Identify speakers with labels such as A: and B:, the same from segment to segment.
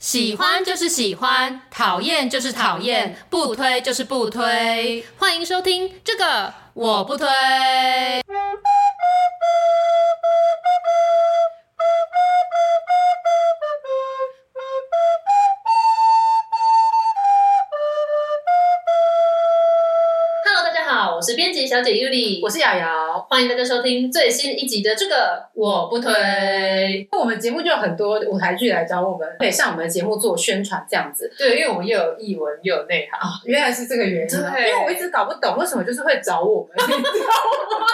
A: 喜欢就是喜欢，讨厌就是讨厌，不推就是不推。欢迎收听这个我不推。Hello，大家好，我是编辑小姐 Yuli，
B: 我是瑶瑶。
A: 欢迎大家收听最新一集的这个我不推。
B: 我们节目就有很多舞台剧来找我们，可以上我们的节目做宣传这样子
C: 对，因为我们又有译文又有内
B: 啊、
C: 涵，
B: 原来是这个原因啊，
C: 对
B: 因为我一直搞不懂为什么就是会找我们，你知道吗？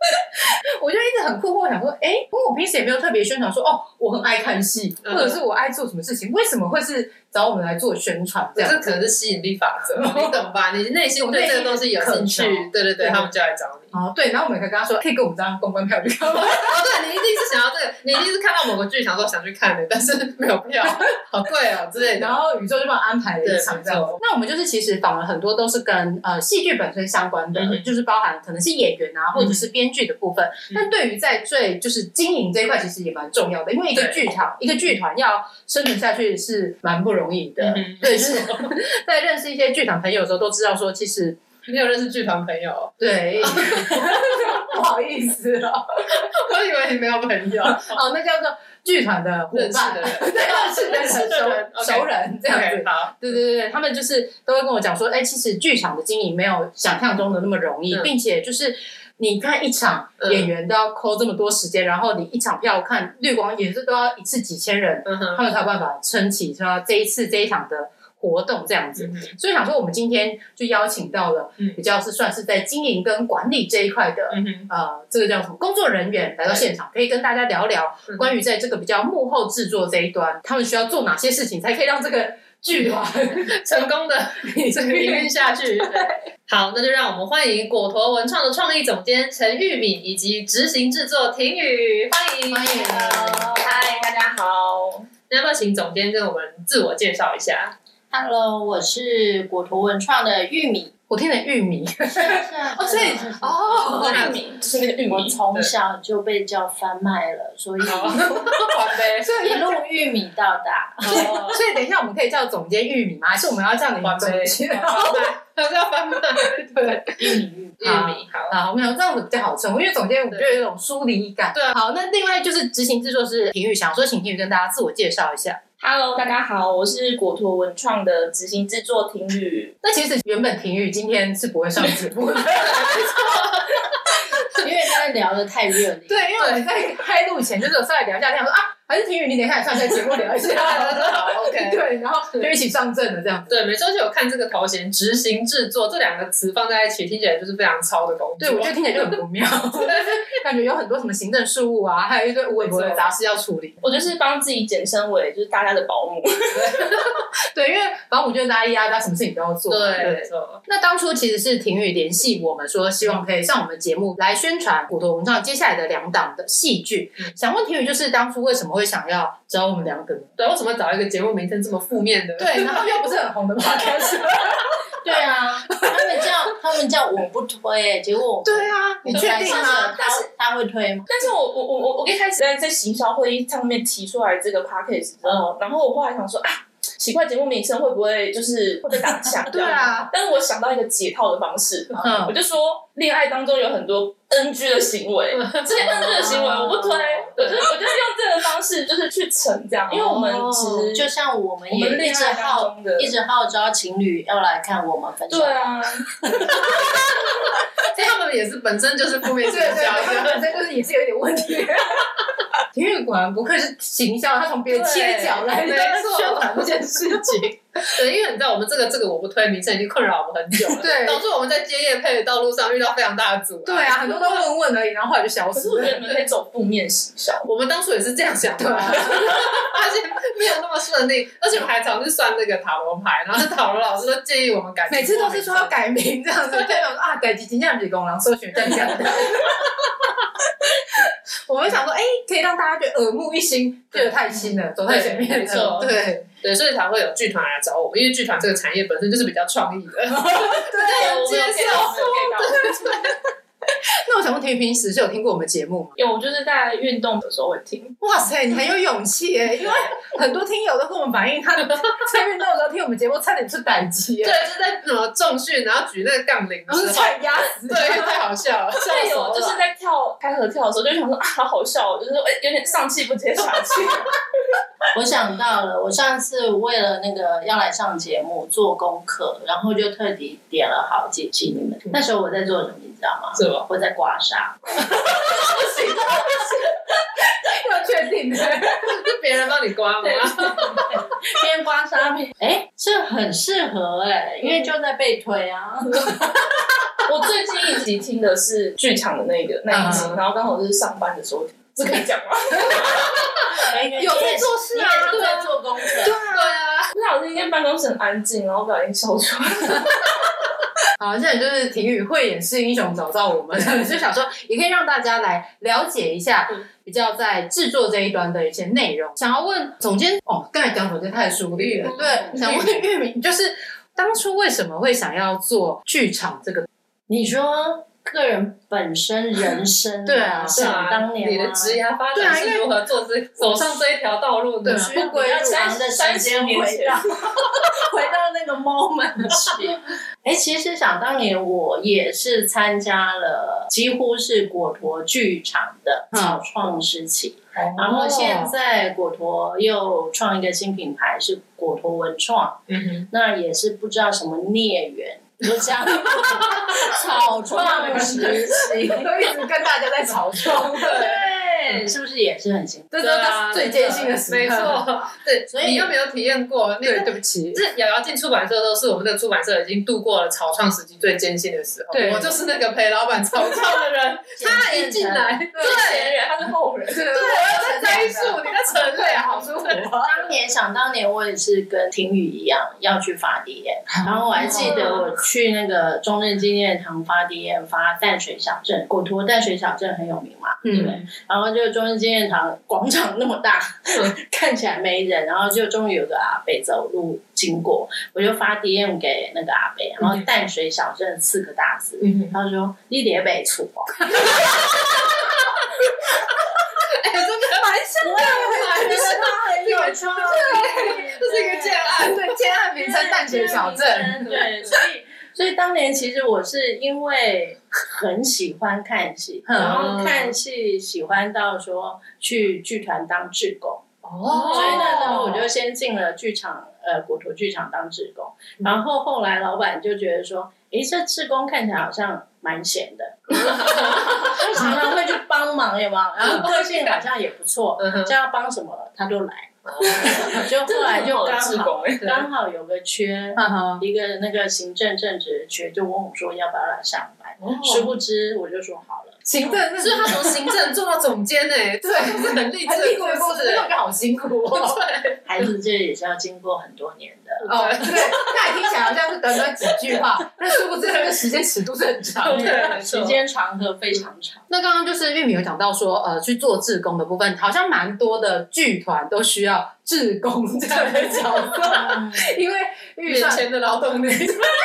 B: 我就一直很困惑，想说，哎、因为我平时也没有特别宣传说，哦，我很爱看戏，或
C: 嗯
B: 者是我爱做什么事情，为什么会是找我们来做宣传这样哦
C: 这？可能是吸引力法则，你懂吧？你内心
B: 我
C: 对
B: 内心
C: 这个东西有兴
B: 渴
C: 趣
B: 求，
C: 对对对，
B: 对
C: 他们就来找你。
B: 哦，对，然后我们也可以跟他说，可以给我们这张公关票去看吗？
C: 哦，对，你一定是想要这个，你一定是看到某个剧想说想去看的，但是没有 票，好贵哦之类的。
B: 然后宇宙就帮我安排了一场
C: 对
B: 这样
C: 没
B: 子。那我们就是其实访了很多都是跟呃戏剧本身相关的，
C: 嗯哼嗯
B: 就是包含可能是演员啊，或者是编剧的部分。但对于在最就是经营这一块，其实也蛮重要的，因为一个
C: 对
B: 剧场一个剧团要生存下去是蛮不容易的。
C: 嗯哼
B: 对，就是 在认识一些剧场朋友的时候，都知道说其 实
C: 你有认识剧团朋友哦？
B: 对， 不好意思哦，
C: 我以为你没有朋友，
B: 哦，那叫做剧团的伙
C: 认识
B: 伴
C: 的。
B: 对，是的， 熟
C: 人
B: 熟人这样子。
C: OK，好，
B: 对对对对，他们就是都会跟我讲说，哎、其实剧场的经营没有想象中的那么容易，
C: 嗯
B: 并且就是你看一场
C: 嗯
B: 演员都要抠这么多时间，然后你一场票看绿光也是都要一次几千人，
C: 嗯哼，
B: 他们才有办法撑起说这一次这一场的活动这样子。
C: 嗯哼
B: 所以想说，我们今天就邀请到了
C: 嗯
B: 比较是算是在经营跟管理这一块的。
C: 嗯哼，
B: 呃，这个叫什么？工作人员来到现场，可以跟大家聊聊
C: 嗯
B: 关于在这个比较幕后制作这一端，他们需要做哪些事情，才可以让这个剧团
C: 成功的
B: 嗯
C: 这个营运下 去。对好，那就让我们欢迎果陀文创的创意总监陈玉敏以及执行制作婷宇，欢迎
B: 欢迎
C: 嗨，大家好。那要不要请总监跟我们自我介绍一下？
D: Hello，我是果陀文创的玉米。
B: 我听成玉 米
D: 哦
B: 所以哦
C: 玉
D: 米就是那个玉
C: 米
D: 我从小就被叫贩卖了，所以
B: 哦
C: 管 呗，
D: 一路玉米到大。
C: 哦
B: 所以等一下我们可以叫总监玉米吗？还是我们要叫你
C: 管呗
B: 总， 监？
C: 好吧还是要翻版，对，
D: 玉米玉米，
C: 玉米好，
B: 啊，我们想这样子比较好称呼，因为总监我们就有一种疏离感。
C: 对啊。
B: 好，那另外就是执行制作是婷玉，想说请婷玉跟大家自我介绍一下。
E: Hello，大家好，我是果陀文创的执行制作婷宇。
B: 那其实原本婷玉今天是不会上直播的，
D: 因为刚才聊的太热烈。
B: 对，因为我们在开录前就是有稍微聊一下，这样说啊，还是婷玉你等一下上一下节目 聊一下
D: 啊
C: 好 OK。
B: 对，然后就一起上阵了这样子。
C: 对，没错，而且我看这个头衔“执行制作”这两个词放在一起，听起来就是非常糙的工作。
B: 对， 我觉得听起来就很不妙，
D: 啊
B: 感觉有很多什么行政事务啊，还有一堆无微不微的杂事要处理。
E: 我就是帮自己简称为就是大家的保姆。
B: 对，因为保姆就是拉一拉拉，什么事情都要做。
C: 对，没错。
B: 那当初其实是婷宇联系我们说，希望可以上我们节目来宣传骨头文创接下来的两档的戏剧。
D: 嗯
B: 想问婷宇，就是当初为什么会想要找我们两个呢？
C: 对，为什么找一个节目名称这么负面的？
B: 对， 然后又不是很红的 podcast。
D: 对啊，他们叫他们叫我不推，结果我
B: 对啊，你确定吗？
D: 他他会推吗？
E: 但是我我我我我一开始在在行销会议上面提出来这个 podcast 之后，然后我后来想说啊，奇怪节目名称会不会就是 会被打枪？
B: 对啊，
E: 但是我想到一个解套的方式，
B: 嗯
E: 我，就说恋爱当中有很多 NG 的行为，这些 NG 的行为我不推，我就是我就是用这个方式就是去惩这样，因为我们
B: 哦
E: 其实
D: 就像我们
E: 我们
D: 也一
E: 恋
D: 直
E: 爱当
D: 号
E: 中的
D: 一直号召情侣要来看我们分手。
E: 对啊，
C: 所以他们也是本身就是负面
B: 对
C: 社
B: 对，
C: 交
B: 他们
C: 的。
B: 本身就是也是有点问题。 体育馆不愧是行销，他从别人切角来
C: 对没错
B: 宣传这件事情。
C: 对，因为你知道我们这个这个我不推，名声已经困扰我们很久了，
B: 对
C: 导致我们在接业配的道路上遇到非常大的阻碍。
B: 对啊，很多都问问而已，然后后来就消
E: 可
B: 失
E: 是我觉得
B: 了。啊
E: 你们可以走负面行销，
C: 我们当初也是这样想的， 发现没有那么顺利，而且我们还尝试算那个塔罗牌，然后塔罗老师都建议我们改，
B: 每次都是说要，改名这样子，对我说啊，改基金这样子公然后搜寻这样这样的。 我们想说，哎、可以让大家觉得耳目一新，觉得太新了，走在前面了，
C: 对没错
B: 对，
C: 对，所以才会有剧团来找我们，因为剧团这个产业本身就是比较创意的，
E: 对，我没有
C: 介
E: get 到，
C: 绍
E: 我没有 get 到。
B: 那我想问，田宇平时是有听过我们节目吗？
E: 有，就是在运动的时候会听。
B: 哇塞，你很有勇气耶！因为很多听友都跟我们反映，他 在运动的时候听我们节目，差点出歹机
C: 对，
B: 耶，
C: 就在什么重训，然后举那个杠铃的
B: 不
C: 时
B: 是
C: 候，
B: 差点压死。
C: 对，太好 笑了，
E: 对，
C: 笑
E: 有
C: 死
E: 就
C: 我
E: 是
C: 了。
E: 在跳开合跳的时候，就想说啊，好好笑哦，就是哎、有点上气不接下气。
D: 我想到了，我上次为了那个要来上节目做功课，然后就特地点了好几集你们。那时候我在做什么，你知道吗？
C: 什么？
D: 我在刮痧。
B: 要确定的，
C: 是别人帮你刮吗？
D: 边刮痧边，哎，这很适合哎、因为就在被推啊。
E: 我最近一集听的是剧场的那个那一集，
B: 嗯
E: 然后刚好就是上班的时候听，这可以讲吗？
D: 有
B: 在做事啊
D: 你也是在做功课。
C: 对啊，
E: 不小心跟办公室很安静，然后不小心笑出来。
B: 好，现在就是体育慧眼识英雄找到我们， 就想说也可以让大家来了解一下
E: 嗯，
B: 比较在制作这一端的一些内容。想要问总监，哦，刚才讲总监太疏略了，
C: 嗯
B: 对，想问玉明，就是当初为什么会想要做剧场这个？
D: 你说个人本身人生、
B: 对啊
C: 是
D: 想
C: 啊
D: 当，年、啊、
C: 你的职业发
B: 对啊
C: 展
B: 因为
C: 是如何做这走上这一条道路的
B: 对？啊
D: 不归路啊
E: 三
D: 郎的时间回 到回到那个 moment 去。哎、其实想当年我也是参加了，几乎是果陀剧场的草创时期，然后现在果陀又创一个新品牌是果陀文创，
C: 嗯哼，
D: 那也是不知道什么孽缘。就加入 草创 时期，
B: 都一直跟大家在吵吵，
D: 对，是不是也是很 辛苦？
B: 这
C: 对啊
B: 是最艰辛的时刻。
C: 没 错，对，
D: 所以
C: 你又没有体验过，那
B: 对，
C: 个
B: 对不起，
C: 这瑶瑶进出版社的时候，是我们这个出版社已经度过了草创时期最艰辛的时候。
B: 对
C: 我就是那个陪老板草创的人，他一进来，对，
E: 前人他是后人，
B: 对，
C: 对，我在栽树，你在啊乘
B: 对，
C: 凉，
B: 好舒服。
D: 当年想当年，我也是跟婷雨一样要去发 DM，然后我还记得我去那个中正纪念堂发 DM，发淡水小镇，果陀淡水小镇很有名嘛，对不对？然后就中正纪念堂广场那么大，
B: 嗯
D: 看起来没人，然后就终于有个阿北走路经过，我就发 DM 给那个阿
B: 嗯
D: 北，然后淡水小镇四个大字，
C: 嗯，
D: 他说你得北出 哦，
C: 哎，真的蛮像的， 蛮像的，
D: 很有创意，
C: 这是一个建案。
B: 对，建案名称淡水小镇，
D: 对，所以所以当年其实我是因为很喜欢看戏，
B: 嗯
D: 然后看戏喜欢到说去剧团当志工，
B: 哦
D: 所以那时候我就先进了剧场，呃，国图剧场当志工，然后后来老板就觉得说，诶，这志工看起来好像蛮闲 的，就常常会去帮忙，有吗？然后个性好像也不 错，
C: 嗯哼
D: 叫他帮什么他就来， 就后来就刚
E: 自
D: 好
E: 宫哎，
D: 刚好有个缺，
C: 嗯
B: 哈哈，
D: 一个那个行政正职缺，就问我说要不要来上班，
C: 哦
D: 殊不知我就说好了。
B: 哦行政
C: 所以他从行政做到总监呢，对，是很励志
B: 很
C: 的
B: 辛苦的
C: 故
B: 过程，
C: 事欸
B: 真的。好辛苦哦。
D: 孩子这也是要经过很多年的，
B: 哦， 对，那你听起来好像是短短几句话，但殊不知这个时间尺度是很长的。
C: 对没错
D: 时间长河非常长。
B: 那刚刚就是玉米有讲到说，呃，去做志工的部分，好像蛮多的剧团都需要志工这样的角色，因为预
C: 眼
B: 算
C: 前的劳动力，
D: 嗯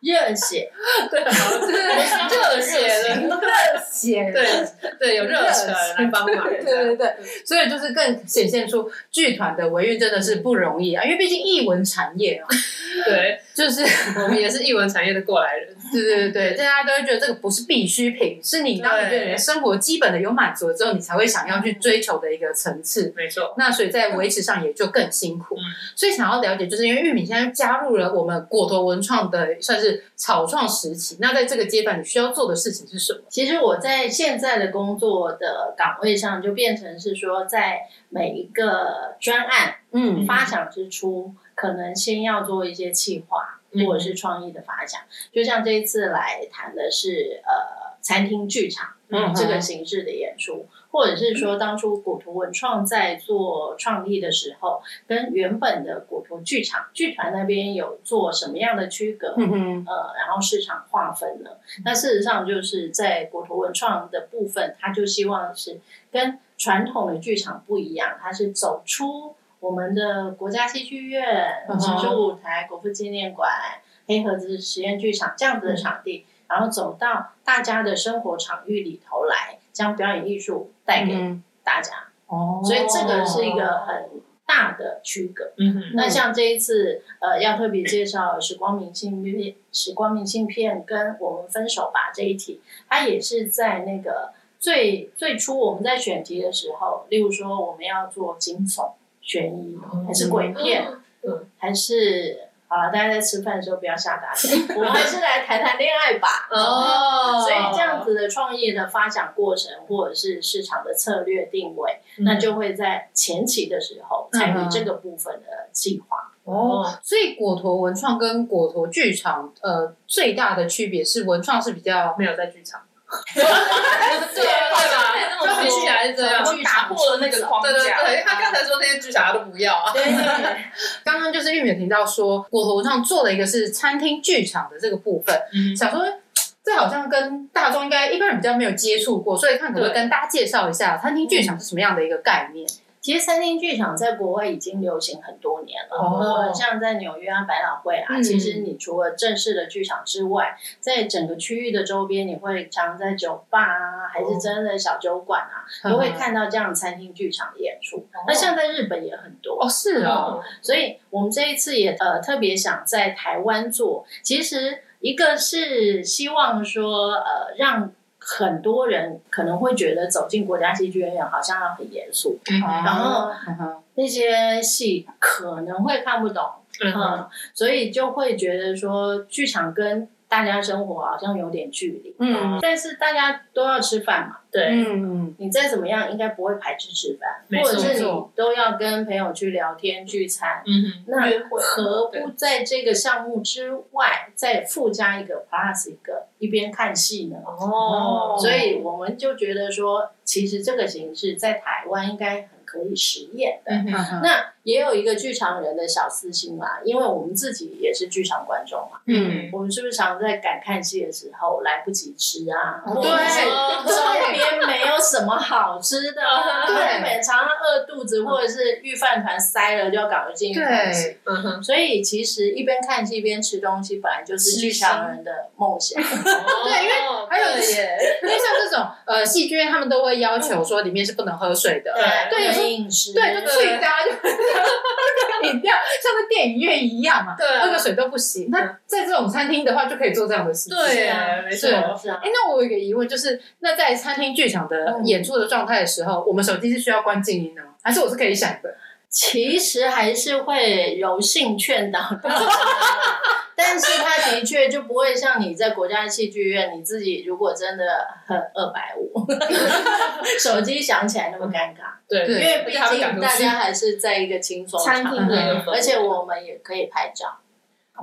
D: 热血，
C: 对，热血的，
B: 热血，
C: 对对，有热忱来帮忙，
B: 对对对，所以就是更显现出剧团的维运真的是不容易啊，因为毕竟艺文产业啊，
C: 对，
B: 就是
C: 我们也是译文产业的过来人，
B: 对对对，大家都会觉得这个不是必需品，是你当你对你的生活基本的有满足了之后，你才会想要去追求的一个层次。
C: 没错，
B: 那所以在维持上也就更辛苦，
C: 嗯
B: 所以想要了解，就是因为玉米现在加入了我们果陀文创的算是草创时期，那在这个阶段你需要做的事情是什么？
D: 其实我在在现在的工作的岗位上，就变成是说，在每一个专案
B: 嗯
D: 发想之初，可能先要做一些企划
C: 嗯
D: 或者是创意的发想。就像这一次来谈的是呃餐厅剧场
B: 嗯
D: 这个形式的演出，或者是说当初古图文创在做创意的时候，跟原本的古图剧场剧团那边有做什么样的区隔？
B: 嗯哼，
D: 呃，然后市场划分呢？那事实上就是在国图文创的部分，他就希望是跟传统的剧场不一样，它是走出我们的国家戏剧院、
B: 嗯
D: 城
B: 哼
D: 市舞台、国父纪念馆、黑盒子实验剧场这样子的场地，然后走到大家的生活场域里头来，将表演艺术带给
B: 嗯
D: 大家。
B: 哦
D: 所以这个是一个很大的区隔。
C: 嗯哼，
D: 那像这一次，呃，要特别介绍《时光明信片》《时光明信片》跟《我们分手吧》这一题，它也是在那个最最初我们在选题的时候，例如说我们要做惊悚、悬疑，
C: 嗯
D: 还是鬼片，嗯还是好了，大家在吃饭的时候不要吓大 家，我们还是来谈谈恋爱吧。
C: 哦，
D: 所以这样子的创业的发展过程，或者是市场的策略定位，那
C: 嗯
D: 就会在前期的时候参与这个部分的计划。
B: 哦，所以果陀文创跟果陀剧场，呃，最大的区别是文创是比较
C: 没有在剧场，
E: 对吧？
C: 就很起来是这样。
D: 剧
E: 打破了那个框
C: 对对
E: 架，
C: 对，他刚才说那些剧场他都不要啊。
D: 对，
B: 刚刚就是玉米有提到说，果陀文创做的一个是餐厅剧场的这个部分，
C: 嗯
B: 想说这好像跟大众应该一般人比较没有接触过，所以看可不可以
C: 对
B: 跟大家介绍一下餐厅剧场是什么样的一个概念。
D: 其实餐厅剧场在国外已经流行很多年了。
B: 哦
D: 呃像在纽约啊、百老汇啊，
B: 嗯
D: 其实你除了正式的剧场之外，在整个区域的周边，你会常在酒吧啊，还
B: 哦
D: 是真的小酒馆啊，
C: 嗯
D: 都
B: 嗯
D: 会看到这样餐厅剧场的演出。那像在日本也很多
B: 哦，，是
C: 啊
B: 哦，
D: 所以我们这一次也呃特别想在台湾做，其实一个是希望说呃让。很多人可能会觉得走进国家戏剧院好像要很严肃，然后
B: 嗯哼
D: 那些戏可能会看不懂，
C: 嗯
D: 嗯，所以就会觉得说剧场跟大家生活好像有点距离，
B: 嗯
D: 但是大家都要吃饭嘛，
C: 对，
B: 嗯
D: 你再怎么样应该不会排斥吃饭，
C: 没
D: 或
C: 错
D: 者是
B: 没
D: 你
B: 错
D: 都要跟朋友去聊天聚餐，
C: 嗯哼，
D: 那
E: 约会
D: 何不
C: 对
D: 在这个项目之外再附加一个 plus 一个一边看戏呢？
C: 哦
D: 所以我们就觉得说，其实这个形式在台湾应该很可以实验的。
B: 嗯哼
D: 那也有一个剧场人的小私心啦，因为我们自己也是剧场观众嘛，
B: 嗯
D: 我们是不是常在赶看戏的时候来不及吃啊？
B: 哦
D: 或者是
C: 哦
D: 周边没有什么好吃的啊，
B: 哦对
D: 对，每常常饿肚子，或者是御饭团塞了就要赶快进去看戏。
B: 对，
C: 嗯哼，
D: 所以其实一边看戏一边吃东西，本来就是剧场人的梦想。
C: 对，因为
B: 还有
C: 耶，
B: 因为像这种呃戏剧院，他们都会要求说里面是不能喝水的，对有时候
D: 没饮食，
B: 对，就去大家就 喝饮料，像在电影院一样嘛，
C: 对啊
B: 喝个水都不行。那在这种餐厅的话，就可以做这样的事情。
C: 对
D: 是啊
C: 没
D: 是啊
C: 错
D: 是啊
B: 哎，，那我有一个疑问，就是那在餐厅剧场的演出的状态的时候，我们手机是需要关静音的吗？还是我是可以响的？
D: 其实还是会柔性劝导大 家，但是他的确就不会像你在国家戏剧院，你自己如果真的很二百五， 手机响起来那么尴尬，
C: 对，
D: 因为毕
C: 而且还会赶出
D: 竟
C: 去
D: 大家还是啊在一个轻松
E: 餐
D: 场
E: 厅
D: 合
E: 的
C: 那个氛围
D: 而且我们也可以拍照，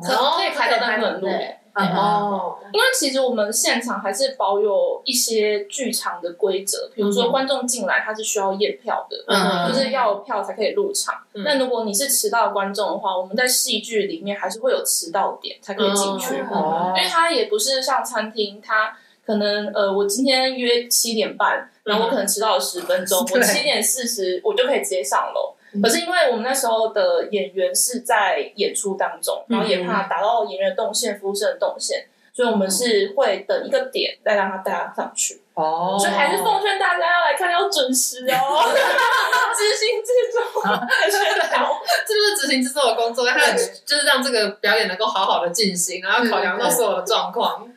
E: 可可以排到单人路。
D: 对，
B: 嗯
C: 哦，
E: 因为其实我们现场还是保有一些剧场的规则，比如说观众进来他是需要验票的，
B: 嗯
E: 就是要有票才可以入场。
C: 嗯
E: 那如果你是迟到的观众的话，我们在戏剧里面还是会有迟到点才可以进去，
D: 嗯
B: 哦
E: 因为它也不是像餐厅，它可能呃我今天约七点半，然后我可能迟到了十分钟，
B: 嗯对嗯
E: 我七点四十我就可以直接上楼。可是因为我们那时候的演员是在演出当中，然后也
B: 嗯
E: 怕打到演员的动线、服务生的动线，所以我们是会等一个点再让他带他上去。
B: 哦
E: 所以还是奉劝大家要来看，要准时哦， 执行这种
B: 啊
E: 宣导。
C: 这就是执行制作的工作，他就是让这个表演能够好好的进行，然后考量到所有的状况。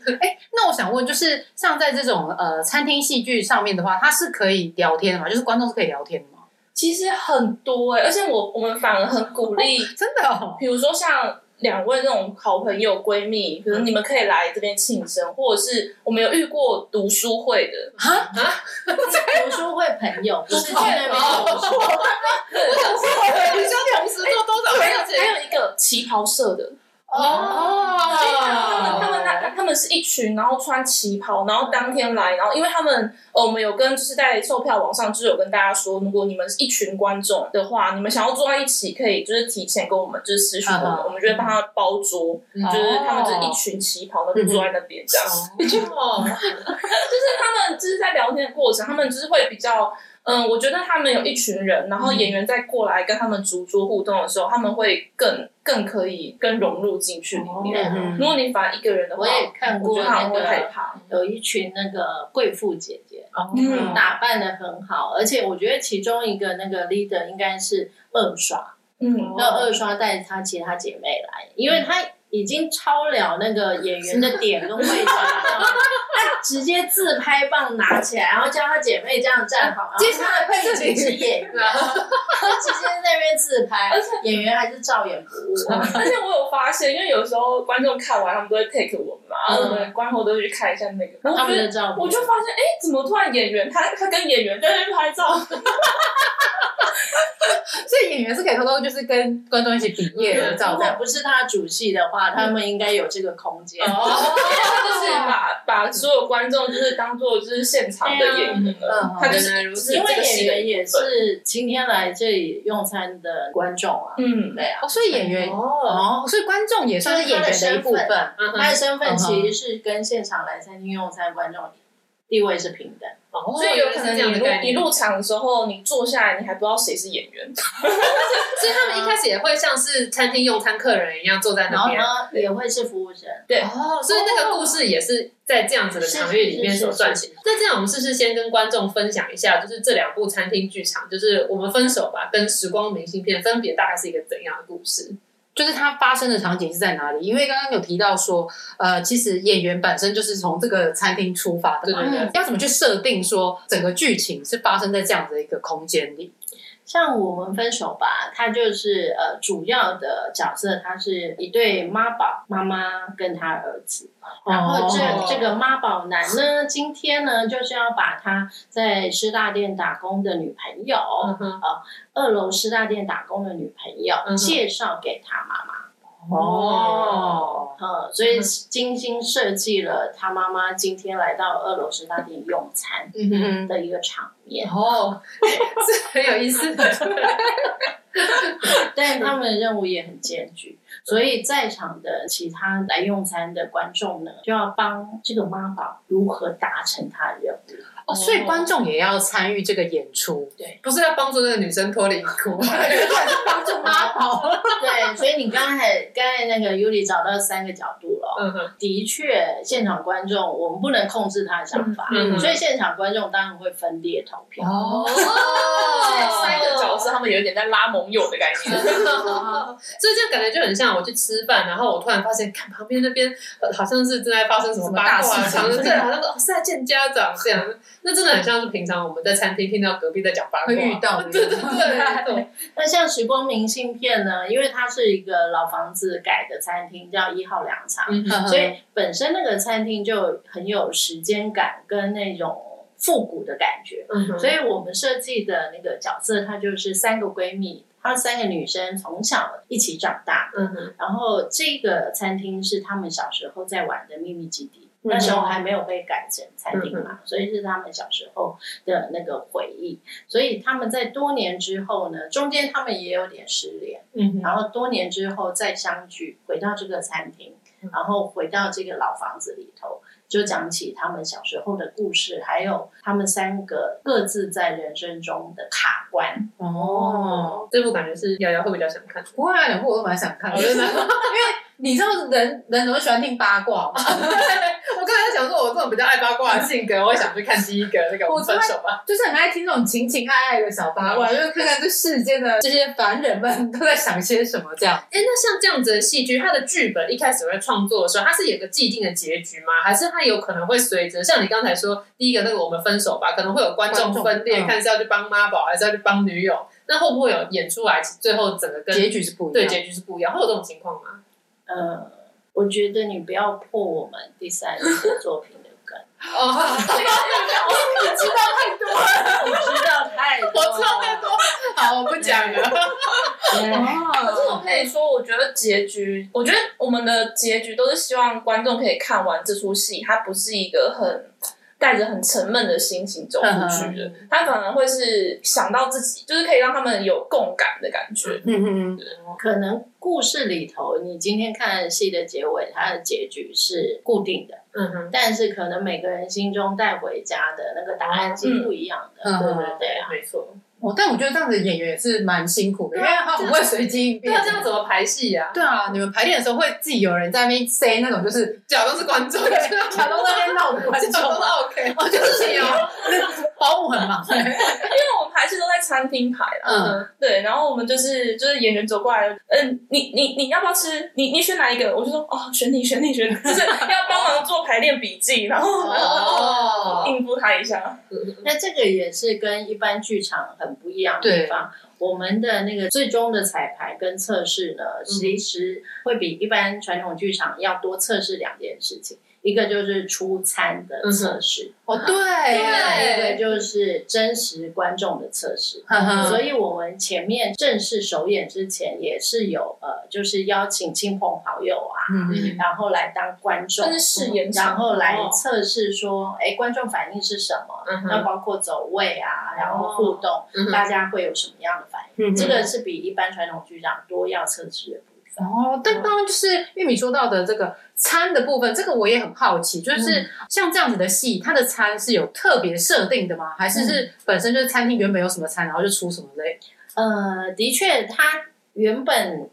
B: 那我想问，就是像在这种呃餐厅戏剧上面的话，它是可以聊天的吗？就是观众是可以聊天的吗？
E: 欸其实很多哎、而且我我们反而很鼓励，
B: 真的哦，
E: 比如说像两位那种好朋友、闺蜜，可能你们可以来这边庆生，或者是我们有遇过读书会的，
D: 读书会朋友，不是去那边
E: 哦
D: 读书。
C: 你说同时做多少哦
E: 还
C: 事
E: 有
C: 情？
E: 还有一个旗袍社的，他哦啊们他们
C: 哦
E: 那他们是一群，然后穿旗袍，然后当天来，然后因为他们呃，我们有跟就是在售票网上就是有跟大家说，如果你们是一群观众的话，你们想要坐在一起，可以就是提前跟我们就是私讯我们，
B: 嗯
E: 我们就会帮他包桌，就是他们就是一群旗袍，然后就坐在那边这样。
C: 哦，
E: 就是他们就是在聊天的过程，他们就是会比较，嗯，我觉得他们有一群人，然
D: 嗯
E: 后演员在过来跟他们逐桌互动的时候，他们会更更可以更融入进去里面。
D: 嗯
E: 如果你反而一个人的话，
D: 我也看
E: 哦我
D: 过
E: 觉得他
D: 那
E: 们会害
D: 个
E: 怕。
D: 有一群那个贵妇姐姐，
E: 嗯
D: 打扮的很好，而且我觉得其中一个那个 leader 应该是二刷，
E: 嗯，
D: 那二刷带她其他姐妹来，因为她已经超了那个演员的点跟位置了， 然后她直接自拍棒拿起来，然后叫她姐妹这样 站好，然后
B: 接下来
D: 背
B: 啊配
D: 景是演员，她直接在那边自拍，演员还是照演不误。
E: 而且我有发现，因为有时候观众看完，他们都会 take 我们嘛，然后我们观后都会去看一下那个，然后
D: 嗯他
E: 我觉
D: 们的
E: 得。
D: 照片，
E: 我就发现，哎、怎么突然演员他他跟演员在那边拍照？
B: 所以演员是可以偷偷就是跟观众一起比耶的
D: 如
B: 照
D: 果
B: 片，
D: 不是他主戏的话，他们应该有这个空间。
E: 就是把把所有观众就是当做就是现场的演员了，
B: 嗯
E: 他就是
C: 原来如此
D: 因
E: 这
D: 为
E: 个戏
D: 演
E: 的
D: 员
E: 一
D: 也
E: 部分
D: 是今天来这里用餐的观众啊，
E: 嗯，
D: 对啊，
B: 哦，哦所以演员
C: 哦，
B: 哦，所以观众也算是演员的一部分。
C: 嗯
D: 他
C: 哼
D: 的身份其实是跟现场来餐厅用餐的观众地位是平等。
E: 嗯
C: 哦
E: 所以有可
C: 原
E: 能
C: 来是这样
E: 你
C: 的
E: 入
C: 概
E: 你
C: 念。
E: 入场的时候，你坐下来，你还不知道谁是演员，
C: 所以他们一开始也会像是餐厅用餐客人一样坐在
D: 然
C: 那
D: 后
C: 边。
D: 呢，也会是服务生，
C: 哦，所以那个故事也是在这样子的场域里面所撰写。那这样，我们是不是先跟观众分享一下，就是这两部餐厅剧场，就是我们分手吧跟时光明信片分别大概是一个怎样的故事？
B: 就是它发生的场景是在哪里？因为刚刚有提到说，呃，其实演员本身就是从这个餐厅出发的
C: 对
B: 嘛，
C: 对对，
D: 嗯
B: 要怎么去设定说整个剧情是发生在这样的一个空间里？
D: 像我们分手吧，他就是呃主要的角色，他是一对妈宝妈妈跟他儿子。然后这、
B: 哦
D: 这个妈宝男呢，今天呢就是要把他在师大店打工的女朋友，
C: 嗯哼，
D: 二楼师大店打工的女朋友、
C: 嗯哼
D: 介绍给他妈妈，
B: 哦，
D: 呃，所以精心设计了他妈妈今天来到二楼师大店用餐
B: 嗯哼，
D: 的一个场面。
C: 哦， 是很有意思的。
D: 但他们的任务也很艰巨，所以在场的其他来用餐的观众呢，就要帮这个妈宝如何达成他的任务。
B: 哦，所以观众也要参与这个演出，
C: 不是要帮助那个女生脱离苦吗？
B: 帮助妈宝，
D: 对，所以你刚才刚才那个 Yuli 找到三个角度了哦。
C: 嗯哼，
D: 的确，现场观众我们不能控制他的想法，
C: 嗯嗯嗯
D: 所以现场观众当然会分裂投票。
B: 哦，
E: 三个角色他们有一点在拉盟友的概 念。
C: 所以这样感觉就很像我去吃饭，然后我突然发现，看旁边那边、呃好像是正在发生什么八卦，
B: 什么大事情啊
C: 常对，好像哦是在见家长这样，那真的很像是平常我们在餐厅听到隔壁在讲八卦，
B: 会遇到
C: 对对对对对，
D: 那像时光明信片呢，因为它是一个老房子改的餐厅，叫一号粮仓，
C: 嗯
D: 所以本身那个餐厅就很有时间感跟那种复古的感觉。
C: 嗯哼
D: 所以我们设计的那个角色，她就是三个闺蜜，她三个女生从小一起长大，
C: 嗯哼
D: 然后这个餐厅是她们小时候在玩的秘密基地。那时候还没有被改成餐厅嘛，所以是他们小时候的那个回忆。所以他们在多年之后呢，中间他们也有点失联，
C: 嗯哼
D: 然后多年之后再相聚，回到这个餐厅，然后回到这个老房子里头，就讲起他们小时候的故事，还有他们三个各自在人生中的卡关。
B: 哦，，
C: 这部感觉是瑶瑶会比较想看，
B: 不会啊，两部我都蛮想看的，
C: 哦真的
B: 因为你知道人人怎么喜欢听八卦吗？
C: 啊我刚才想说，我这种比较爱八卦的性格，我会想去看第一个那个我们分手吧，
B: 就是很爱听这种情情爱爱的小八
C: 嗯
B: 卦，就是看看这世间的这些凡人们都在想些什么这样。
C: 哎，那像这样子的戏剧，它的剧本一开始会创作的时候，它是有个既定的结局吗？还是它有可能会随着像你刚才说第一个那个我们分手吧，可能会有观众分裂，
B: 观众嗯
C: 看是要去帮妈宝还是要去帮女友？那会不会有演出来最后整个跟
B: 结局是不一
C: 对
B: 样，
C: 结局是不一样？会有这种情况吗？
D: 呃，我觉得你不要破我们第三次作品的梗，
C: 哦，
E: 我知道太多了，
D: 我知道太多，
B: 我知道太多，好，我不讲了。 哦
E: 可是我跟你说，我觉得结局，我觉得我们的结局都是希望观众可以看完这出戏，它不是一个很带着很沉闷的心情走出去
C: 嗯
E: 的，它反而会是想到自己，就是可以让他们有共感的感觉。
B: 嗯嗯
D: 可能故事里头，你今天看戏的结尾，它的结局是固定的，
C: 嗯哼，
D: 但是可能每个人心中带回家的那个答案是不一样的，
B: 嗯
D: 对不对啊？
C: 没错。
B: 哦，但我觉得这样子演员也是蛮辛苦的，因
C: 对
B: 为
C: 啊
B: 他很会随机应
C: 对
B: 变
C: 啊，。这样怎么排戏呀？
B: 对啊，你们排练的时候会自己有人在那边 say 那种，就是
C: 假装是观众，
B: 假装在那边 闹观
C: 假
B: 众，
C: 装 OK。
B: 哦，就是你哦，保姆很忙。
E: 因为我们排戏都在餐厅排啦，
B: 嗯
E: 对，然后我们就是就是演员走过来，嗯，你你你要不要吃？你你选哪一个？我就说哦，选你选你选你， 就是要帮忙做排练笔记，然后
B: 哦
E: 应付他一下。
D: 那这个也是跟一般剧场很不一样的地方。我们的那个最终的彩排跟测试
B: 嗯
D: 呢，其实会比一般传统剧场要多测试两件事情，一个就是出餐的测试，
B: 哦，对，
D: 另外一个就是真实观众的测试。
B: 呵
D: 所
B: 呵，
D: 以我们前面正式首演之前，也是有呃，就是邀请亲朋好友啊，
B: 嗯
D: 然后来当观众，嗯
E: 但是试演场
D: 然后来测试说，哎、观众反应是什么？
C: 嗯
D: 那
C: 哼，
D: 包括走位啊，然后互动，
C: 嗯哼
D: 大家会有什么样的反
B: 嗯
D: 应？这个是比一般传统剧场多要测试的部分。
B: 哦，但刚刚就是玉米说到的这个餐的部分，这个我也很好奇，就是像这样子的戏，它的餐是有特别设定的吗？还是是本身就是餐厅原本有什么餐，然后就出什么类？
D: 呃，的确，它原本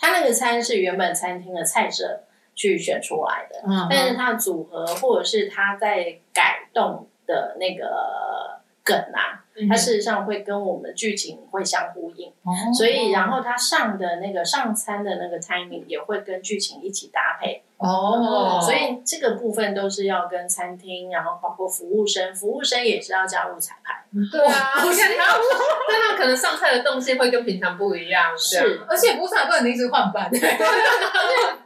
D: 它那个餐是原本餐厅的菜色去选出来的，
B: 嗯
D: 但是它的组合或者是它在改动的那个梗啊，它
B: 嗯
D: 事实上会跟我们的剧情会相呼应，
B: 哦
D: 所以然后它上的那个上餐的那个 timing 也会跟剧情一起搭配，
B: 哦，
D: 所以这个部分都是要跟餐厅，然后包括服务生，服务生也是要加入彩排，
C: 对啊，你看他， 但他可能上菜的动线会跟平常不一样，这样
D: 是
B: 而且不是还啊不能临时换 班，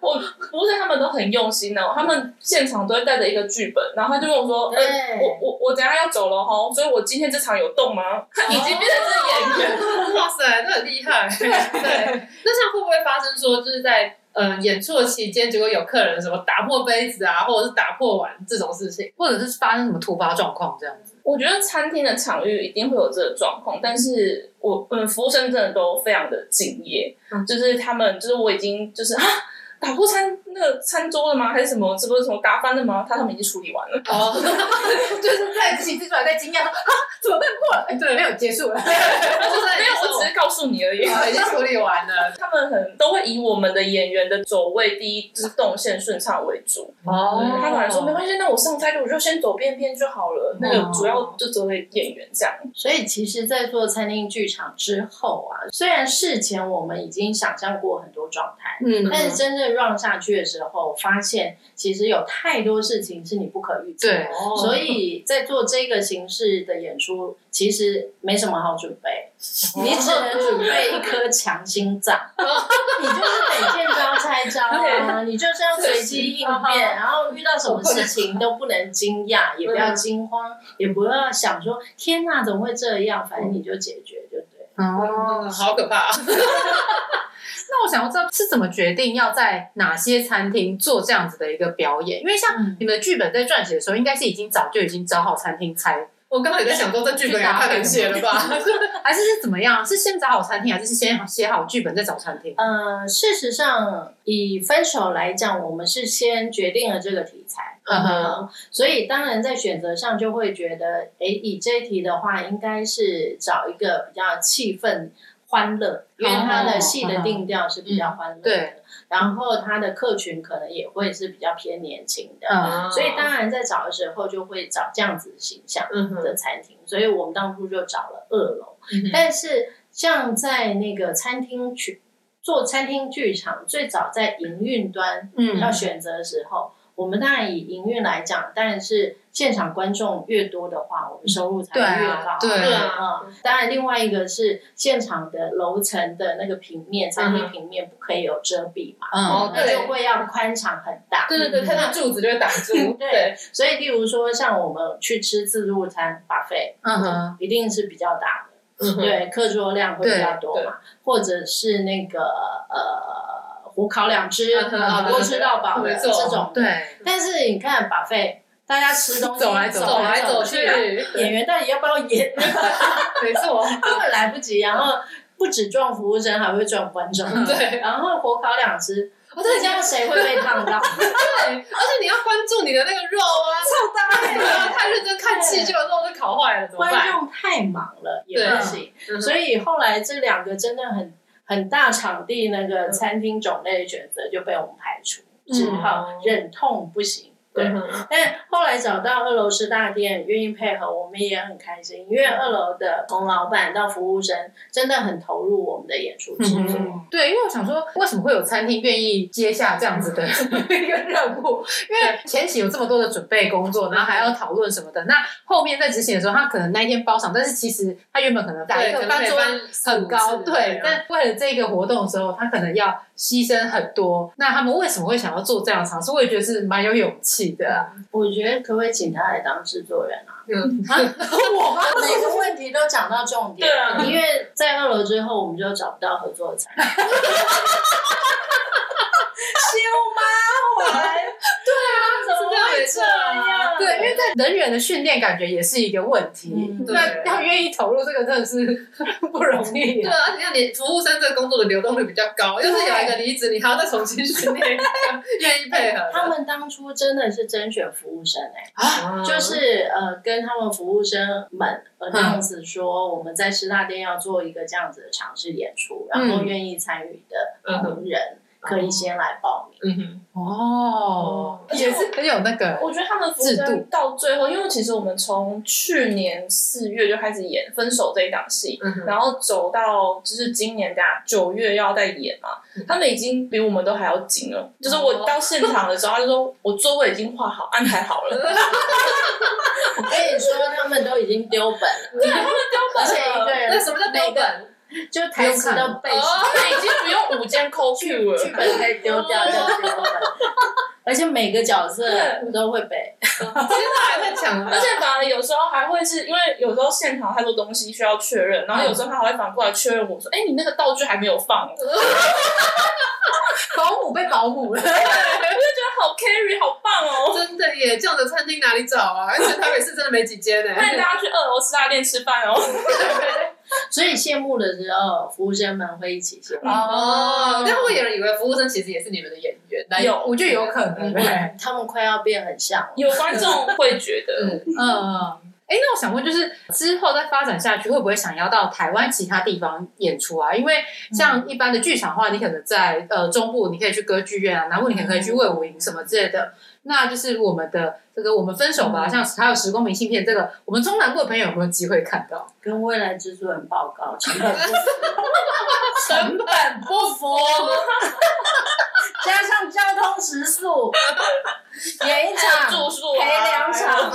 E: 我不是他们都很用心哦，他们现场都会带着一个剧本，然后他就跟我说，呃
D: 对，
E: 我我我等一下要走了哈，所以我今天这场有动吗？他已经变成是演员，
C: 哇塞，那很厉害。对，那像会不会发生说，就是在呃演出的期间，结果有客人什么打破杯子啊，或者是打破碗这种事情？
B: 或者是发生什么突发状况这样子？
E: 我觉得餐厅的场域一定会有这个状况，但是我嗯，服务生真的都非常的敬业，
C: 嗯
E: 就是他们就是我已经就是啊。打破餐那个餐桌了吗？还是什么？这不是什么打翻了吗？他他们已经处理完了。
C: 哦，
B: 就是在情绪出来，在惊讶说啊，怎么办过了？哎对，没有结束了，
E: 没有，我只是告诉你而已。
C: 啊已经处理完了。
E: 他们很都会以我们的演员的走位第一就是动线顺畅为主。
B: 哦
E: 他们来说没关系，那我上菜就我就先走边边就好了。那
C: 哦
E: 个主要就作为演员这样。
D: 所以其实，在做餐厅剧场之后啊，虽然事前我们已经想象过很多状态，
B: 嗯
D: 但是真正 run 下去的时候，发现其实有太多事情是你不可预测。
B: 对，
C: 哦
D: 所以在做这个形式的演出，其实没什么好准备，你只能准备一颗强心脏，你就是得见招拆招啊，你就是要随机应变，然后遇到什么事情都不能惊讶，也不要惊慌，也不要想说天哪怎么会这样，反正你就解决就对。
B: 哦
C: 哦，好可怕！
B: 那我想要知道是怎么决定要在哪些餐厅做这样子的一个表演，因为像
D: 嗯
B: 你们的剧本在撰写的时候，应该是已经早就已经找好餐厅才，
C: 我刚刚也在想说，这剧本也太难写了吧？
B: 还是是怎么样？是先找好餐厅，还是是先写好剧本再找餐厅？
D: 呃，事实上，以分手来讲，我们是先决定了这个题材，
B: 嗯哼
D: 呃所以当然在选择上就会觉得，诶，以这一题的话，应该是找一个比较气氛欢乐，因为它的戏的定调是比较欢
B: 哦嗯
D: 乐的，
B: 对
D: 然后它的客群可能也会是比较偏年轻的，
B: 嗯
D: 所以当然在找的时候就会找这样子的形象
C: 嗯哼
D: 的餐厅，所以我们当初就找了二楼。
C: 嗯哼
D: 但是像在那个餐厅去做餐厅剧场，最早在营运端
B: 嗯
D: 要选择的时候，我们当然以营运来讲，但是现场观众越多的话，我们收入才会
B: 对
D: 越
B: 啊
D: 高。
B: 对
C: 对啊
D: 啊，嗯，当然，另外一个是现场的楼层的那个平面，餐厅平面不可以有遮蔽嘛，
B: 嗯，
C: 哦
D: 那就会要宽敞很大。
C: 对对对，它那柱子就会挡 住，
D: 对，所以例如说像我们去吃自助餐 buffet，
B: 嗯哼，
D: 一定是比较大的，
C: 嗯哼，
D: 对，客桌量会比较多嘛，或者是那个呃火烤两只
C: 嗯哼
D: 啊，多吃到饱的
C: 没
D: 这
C: 错
D: 种。
B: 对，
D: 但是你看 buffet，大家吃东西
B: 走来
C: 走来走
D: 走
C: 去，
D: 演员到底要不要演？
C: 没错，
D: 根本来不及，然后。不止撞服务生，还会撞观众。
C: 对
D: 然后火烤两只，
C: 嗯我
D: 这
C: 在
D: 样
C: 讲
D: 谁会被烫
C: 对，
D: 到？
C: 而且你要关注你的那个肉啊，超大，
B: 哎
C: 太认真看戏，结果肉都烤坏了，怎么
D: 观
C: 办？
D: 众太忙了也
C: 对
D: 不行。
C: 嗯
D: 所以后来这两个真的很很大场地那个
C: 嗯
D: 餐厅种类选择就被我们排除，只好忍痛不行。对，
C: 嗯哼
D: 但后来找到二楼是大店，愿意配合，我们也很开心，因为二楼的从老板到服务生真的很投入我们的演出制作。
B: 嗯，对，因为我想说，为什么会有餐厅愿意接下这样子的
C: 嗯
B: 一个任务？因为前期有这么多的准备工作，然后还要讨论什么的。那后面在执行的时候，他可能那一天包场，但是其实他原本可能打一
C: 对，可
B: 个
C: 能
B: 翻
C: 可以
B: 桌
C: 翻
B: 很
C: 四
B: 高，
C: 五次
B: 对。
C: 啊
B: 但为了这个活动的时候，他可能要牺牲很多。那他们为什么会想要做这样的尝试？我也觉得是蛮有勇气的啊。
D: 我觉得可不可以请他来当制作人啊？
C: 嗯
B: 我吗？
D: 每个问题都讲到重点
E: 对，啊，
D: 因为在二楼之后我们就找不到合作的餐厅。
E: 妈回来，对啊，怎么会
C: 是
E: 这
C: 这样没错
E: 样？
B: 对，因为在人员的训练，感觉也是一个问题。
D: 嗯
C: 对
B: 那要愿意投入这个，真的是 不容易
C: 对。啊，而且像你服务生这个工作的流动率比较高，要是有一个离职，你还要再重新训练 一个，愿意配合的。
D: 他们当初真的是甄选服务生哎、
C: 啊
D: 就是呃，跟他们服务生们呃那样子说，我们在师大店要做一个这样子的尝试演出，然后愿意参与的同仁可以先来报名。
C: 嗯哼，
B: 哦，也是很有那个，
E: 我觉得他们服务
B: 制度
E: 生到最后，因为其实我们从去年四月就开始演《分手》这一档戏，
C: 嗯哼
E: 然后走到就是今年大家九月要再演嘛，
B: 嗯
E: 他们已经比我们都还要紧了。就是
B: 哦
E: 我到现场的时候，他就说我座位已经画好、安排好
B: 哦
E: 了，
D: 我跟你说，他们都已经丢本了， 而且一个
C: 那
D: 人
C: 什么叫标本？
D: 就台词都背
C: 哦
D: 熟，
E: 他已经不用午间 call Q 了。
D: 剧本可以丢掉就丢本，而且每个角色都会背。
C: 其实他还在抢
E: 而且反而有时候还会是因为有时候现场太多东西需要确认，然后有时候他还会反过来确认我说：“哎、你那个道具还没有放。”哦 我就觉
B: 保姆被保姆了。
E: 得好 carry，好棒 哦！
C: 真的耶，这样的餐厅哪里找啊？而且台北市真的没几 间呢。
E: 欢迎大家去二楼吃大店吃饭哦。
D: 所以谢幕的时候，服务生们会一起谢幕。
C: 哦，但会不会有人以为服务生其实也是你们的演员？来
E: 有
B: 我觉得有可能。对，嗯
D: 他们快要变很像了。
E: 有观众会觉得，
B: 嗯。哎，那我想问，就是之后再发展下去，会不会想要到台湾其他地方演出啊？因为像一般的剧场的话，你可能在呃中部，你可以去歌剧院啊，南部你可能可以去魏武营什么之类的。那就是我们的这个，我们分手吧，像还有时光明信片这个，我们中南部的朋友有没有机会看到？
D: 跟未来制作人报告，成本不符
B: 成本不符，
D: 加上交通食宿，演
E: 还
D: 一
E: 有
D: 场
E: 住宿啊
D: 赔两场，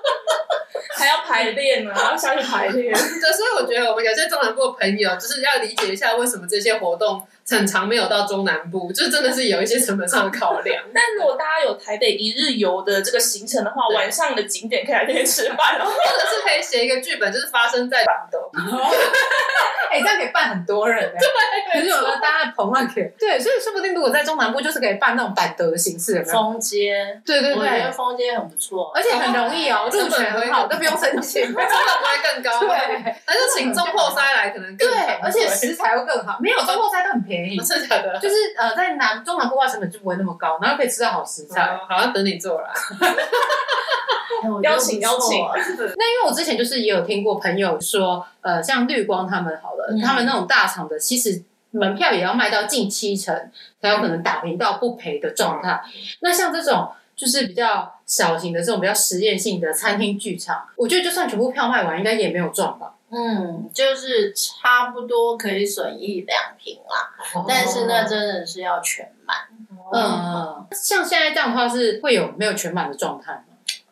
E: 还要排练啊，还要下去排练。
C: 对，所以我觉得我们有些中南部的朋友，就是要理解一下为什么这些活动很长没有到中南部，就真的是有一些成本上的考量。
E: 但如果大家有台北一日游的这个行程的话，
C: 对
E: 晚上的景点可以来这边吃饭哦。
C: 或者是可以写一个剧本，就是发生在板豆。
B: 哎、这样可以办很多人、欸，对，可是有的大家捧那个，对，所以说不定如果在中南部，就是可以办那种板德的形式，有没有？
D: 风街，
B: 哦对对
D: 我觉
B: 对
D: 得，风街很不错。
B: 而且很容易哦、入选很好，都不用申请。
C: 成本不会更高吗？
B: 对
C: 还是请中后塞来可能更
B: 对，而且食材会更好，没有中国菜都很便宜
C: 我，真的假的？
B: 就是呃，在南中南部化成本就不会那么高，然后可以吃到好食材。
C: 好，好像等你做了。
D: 哎我觉
E: 邀
D: 得
E: 请
D: 不错
E: 邀
B: 那因为我之前就是也有听过朋友说，呃，像绿光他们好了，
D: 嗯
B: 他们那种大厂的，其实门票也要卖到近七成，才有可能打平到不赔的状态。那像这种就是比较小型的这种比较实验性的餐厅剧场，我觉得就算全部票卖完，应该也没有赚吧。
D: 嗯，就是差不多可以损一两瓶啦，
E: 哦
D: 但是那真的是要全满，
B: 嗯，像现在这样的话是会有没有全满的状态吗？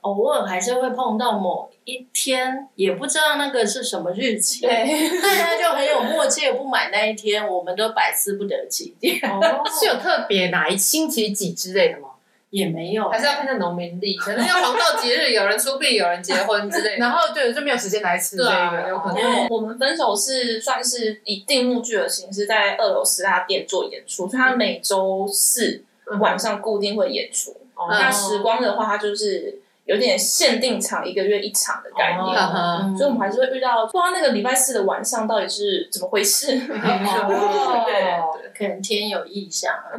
D: 偶尔还是会碰到某一天，也不知道那个是什么日期，
E: 对，
D: 大家就很有默契，不买那一天，我们都百思不得其解，
B: 是有特别哪一星期几之类的吗？
D: 也没有
C: 还，是要看一下农民 历，可能要黄道吉日，有人出殡，有人结婚之类的。
B: 然后对，就没有时间来吃这
C: 对啊，
B: 个
C: 有，可
E: 因
C: 能。
E: 为我们分手是算是以定目剧的形式，在二楼十大店做演出，所以它每周四晚上固定会演出。那
C: 嗯
E: 时光的话，它就是有点限定场，一个月一场的概
C: 哦
E: 念。
B: 哈哈，
D: 嗯
E: 所以我们还是会遇到，不知道那个礼拜四的晚上到底是怎么回事，
B: 哦
E: 对对，
D: 可能天有异象啊，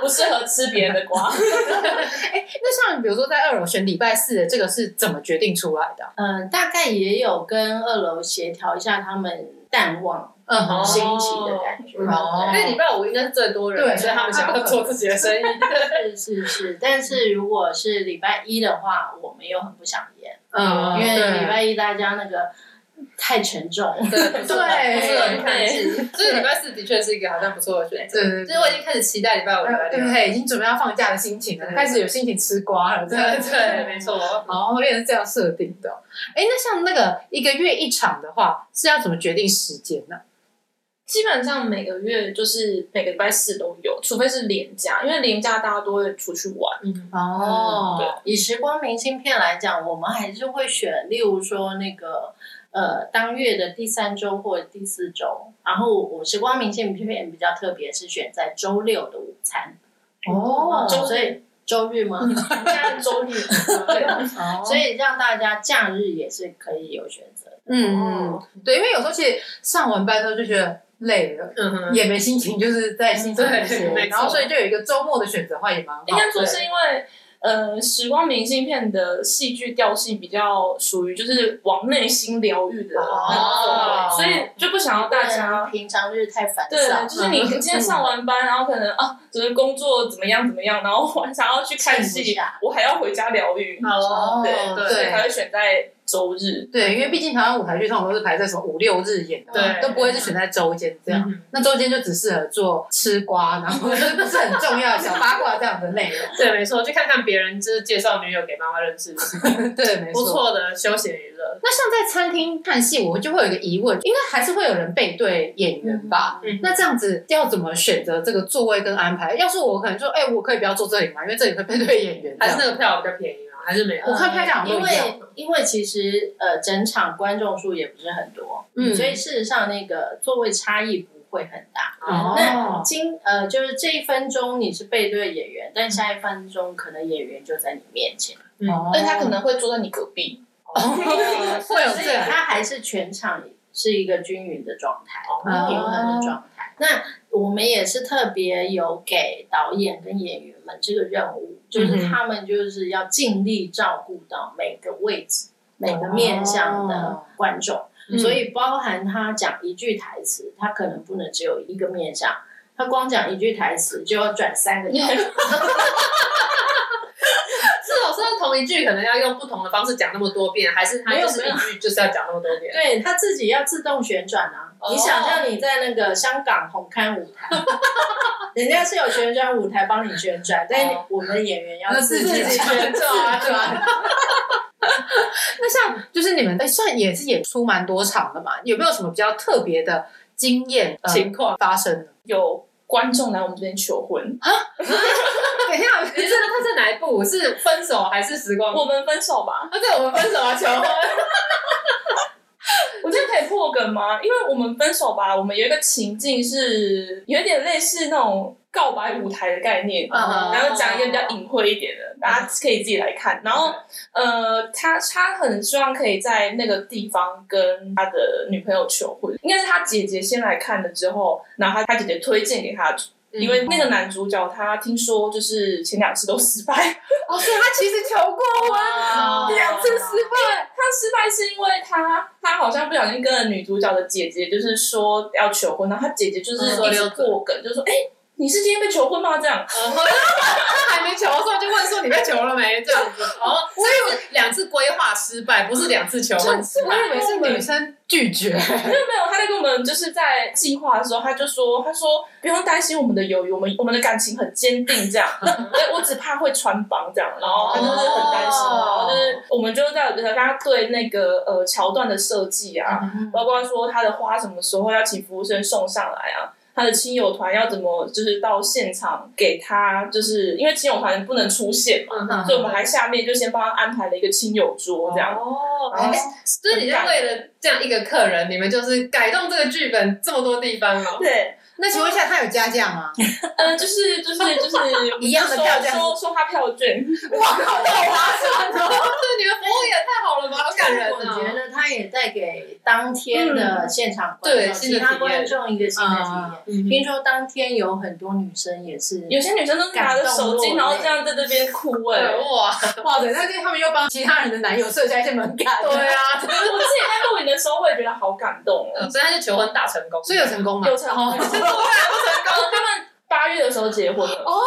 E: 不适合吃别人的瓜。
B: 那像比如说在二楼选礼拜四的这个是怎么决定出来的啊？
D: 嗯，大概也有跟二楼协调一下他们淡忘
B: 嗯
C: 哦
D: 新奇的感觉，
B: 哦
C: 因为礼拜五应该是最多人，
B: 对
C: 所以他们想要做自己的生意。
D: 是是是，但是如果是礼拜一的话，我们又很不想演，
B: 嗯，
D: 因为礼
B: 对
D: 拜一大家那个太沉重，
C: 对，不
B: 对
C: 是很看戏。所以礼拜四的确是一个好像不错的选择。
B: 对对嗯
C: 就
B: 对
C: 是我已经开始期待礼拜五、礼拜六。
B: 呃对，已啊经准备要放假的心情了，
C: 对
B: 开始有心情吃瓜了，
C: 对对，没错。
B: 哦，原来是这样设定的哦。哎，那像那个一个月一场的话，是要怎么决定时间呢？
E: 基本上每个月就是每个礼拜四都有，除非是连假，因为连假大家都会出去玩。
B: 哦，
D: 以时光明信片来讲，我们还是会选，例如说那个呃当月的第三周或者第四周。然后我时光明信片比较特别，是选在周六的午餐，
B: 哦，
D: 周所以周日吗？
E: 现在周日，对，
B: 哦
D: 所以让大家假日也是可以有选择。
B: 嗯嗯，对，因为有时候其实上完班之后就觉得累了。
C: 嗯哼，
B: 也没心情，就是在心情
C: 对
B: 不行
C: 没错
B: 然后所以就有一个周末的选择的话也蛮好的。
E: 应该说是因为。呃，时光明信片的戏剧调性比较属于就是往内心疗愈的那
B: 哦
E: 种，所以就不想要大家
D: 嗯平常日太烦
E: 对，
D: 躁，
E: 就是你今天上完班，然后可能啊，就是工作怎么样怎么样，然后晚上要去看
D: 静一
E: 戏
D: 下，
E: 我还要回家疗愈，
C: 哦，
E: 对
C: 对
E: 所以才会选在周日。
B: 对，因为毕竟台湾舞台剧通常都是排在什么五六日演的，
C: 对
B: 都不会是选在周间这样。
C: 嗯
B: 那周间就只适合做吃瓜，然后 就是不是很重要的小八卦这样的内容。
C: 对，没错，去看看别人就是介绍女友给妈妈认识，
B: 对，没
C: 不
B: 错。
C: 错的休闲娱乐。
B: 那像在餐厅看戏，我就会有一个疑问，应该还是会有人背对演员吧？
C: 嗯
B: 那这样子要怎么选择这个座位跟安排？要是我可能说，哎、我可以不要坐这里嘛，因为这里会背对演员。这
C: 还是
B: 样
C: 那个票比较便宜吗？啊还是没有？
B: 我看票价好像
D: 嗯因
B: 不一样
D: 为因为其实呃整场观众数也不是很多，
B: 嗯
D: 所以事实上那个座位差异不会很大。那
B: 哦，
D: 今呃，就是这一分钟你是背对演员，但下一分钟可能演员就在你面前，
C: 嗯
B: 哦
C: 哎
E: 但他可能会坐在你隔壁，
B: 会有
D: 所以
B: 这样。
D: 他还是全场是一个均匀的状态，
B: 哦
D: 平衡的状态。那我们也是特别有给导演跟演员们这个任务，
B: 嗯
D: 就是他们就是要尽力照顾到每个位置、每个面向的观
B: 哦
D: 众。
B: 嗯
D: 所以包含他讲一句台词，他可能不能只有一个面向，他光讲一句台词就要转三个角度。
C: 是有时候同一句可能要用不同的方式讲那么多遍，还是他就是一句就是要讲那么多遍？
D: 对他自己要自动旋转啊！
C: 哦
D: 你想象你在那个香港红磡舞台， 人家是有旋转舞台帮你旋转，但
E: 哦
D: 我们的演员要
B: 那
D: 自
B: 自己
D: 己。
B: 旋
C: 啊
B: 转转。那像就是你们哎、算也是演出蛮多场的嘛，有没有什么比较特别的经验、呃、
C: 情况
B: 发生 呢？
E: 有观众来我们这边求婚，
B: 等一下，
C: 你知道他在哪一部？是分手还是时光？
E: 我们分手吧。
C: 啊，对，我们分手啊，求婚。
E: 我这可以破梗吗？因为我们分手吧，我们有一个情境是有点类似那种告白舞台的概念，
B: 嗯
E: 然后讲一个比较隐晦一点的，大家可以自己来看。然后，呃，他他很希望可以在那个地方跟他的女朋友求婚，应该是他姐姐先来看了之后，然后他他姐姐推荐给他。
B: 嗯
E: 因为那个男主角他听说就是前两次都失败，
B: 哦，所以他其实求过
E: 啊
B: 婚，
C: 哇
B: 两次失败。
E: 他失败是因为他他好像不小心跟了女主角的姐姐，就是说要求婚，然后他姐姐就是
C: 嗯
E: 一直破梗，就说哎、你是今天被求婚吗？这样，
C: 还没求的时候就问说你被求了 没？这样子，哦，所以是两次规划失败，不是两次求婚嗯失
B: 我
C: 败。
B: 以为是女生拒绝，
E: 没有没有，他在跟我们就是在计划的时候，他就说，他说不用担心我们的友谊，我们我们的感情很坚定， 这样，对我只怕会穿帮这样，然
C: 哦
E: 后他就是很担心，然后就是我们就在跟他对那个呃桥段的设计啊，
C: 嗯
E: 包括说他的花什么时候要请服务生送上来啊。他的亲友团要怎么就是到现场给他，就是因为亲友团不能出现嘛，
C: 嗯
E: 所以我们还下面就先帮他安排了一个亲友桌这样。
C: 哦，
E: 然后
C: 哎所以你是为了这样一个客人，你们就是改动这个剧本这么多地方哦。
E: 对，
B: 那请问一下，他有加价吗？
E: 嗯，就是就是就是
B: 一样的
E: 收
B: 票价
E: 收收他票券，
B: 哇，好划算哦！
C: 对，你们服务也太好了吧，好感人
D: 我觉
C: 啊！
D: 得他也带给当天的现场观
C: 嗯
D: 众、
C: 对新的
D: 其
C: 体验
D: 他观众一个新的体验。
C: 嗯
D: 听说当天有很多女生也是，
E: 有些女生都拿着手机，
D: 感动落泪
E: 然后这样在这边哭哎、
C: 对哇，
B: 哇塞，那这他们又帮其他人的男友设下一些门槛，
C: 对，啊，
E: 我自己在录影的时候，我也觉得好感动哦、
C: 所以他是求婚大成功，哦
B: 所以有成功吗？
E: 有成功，有成功，他们八月的时候结婚了，
B: 哦，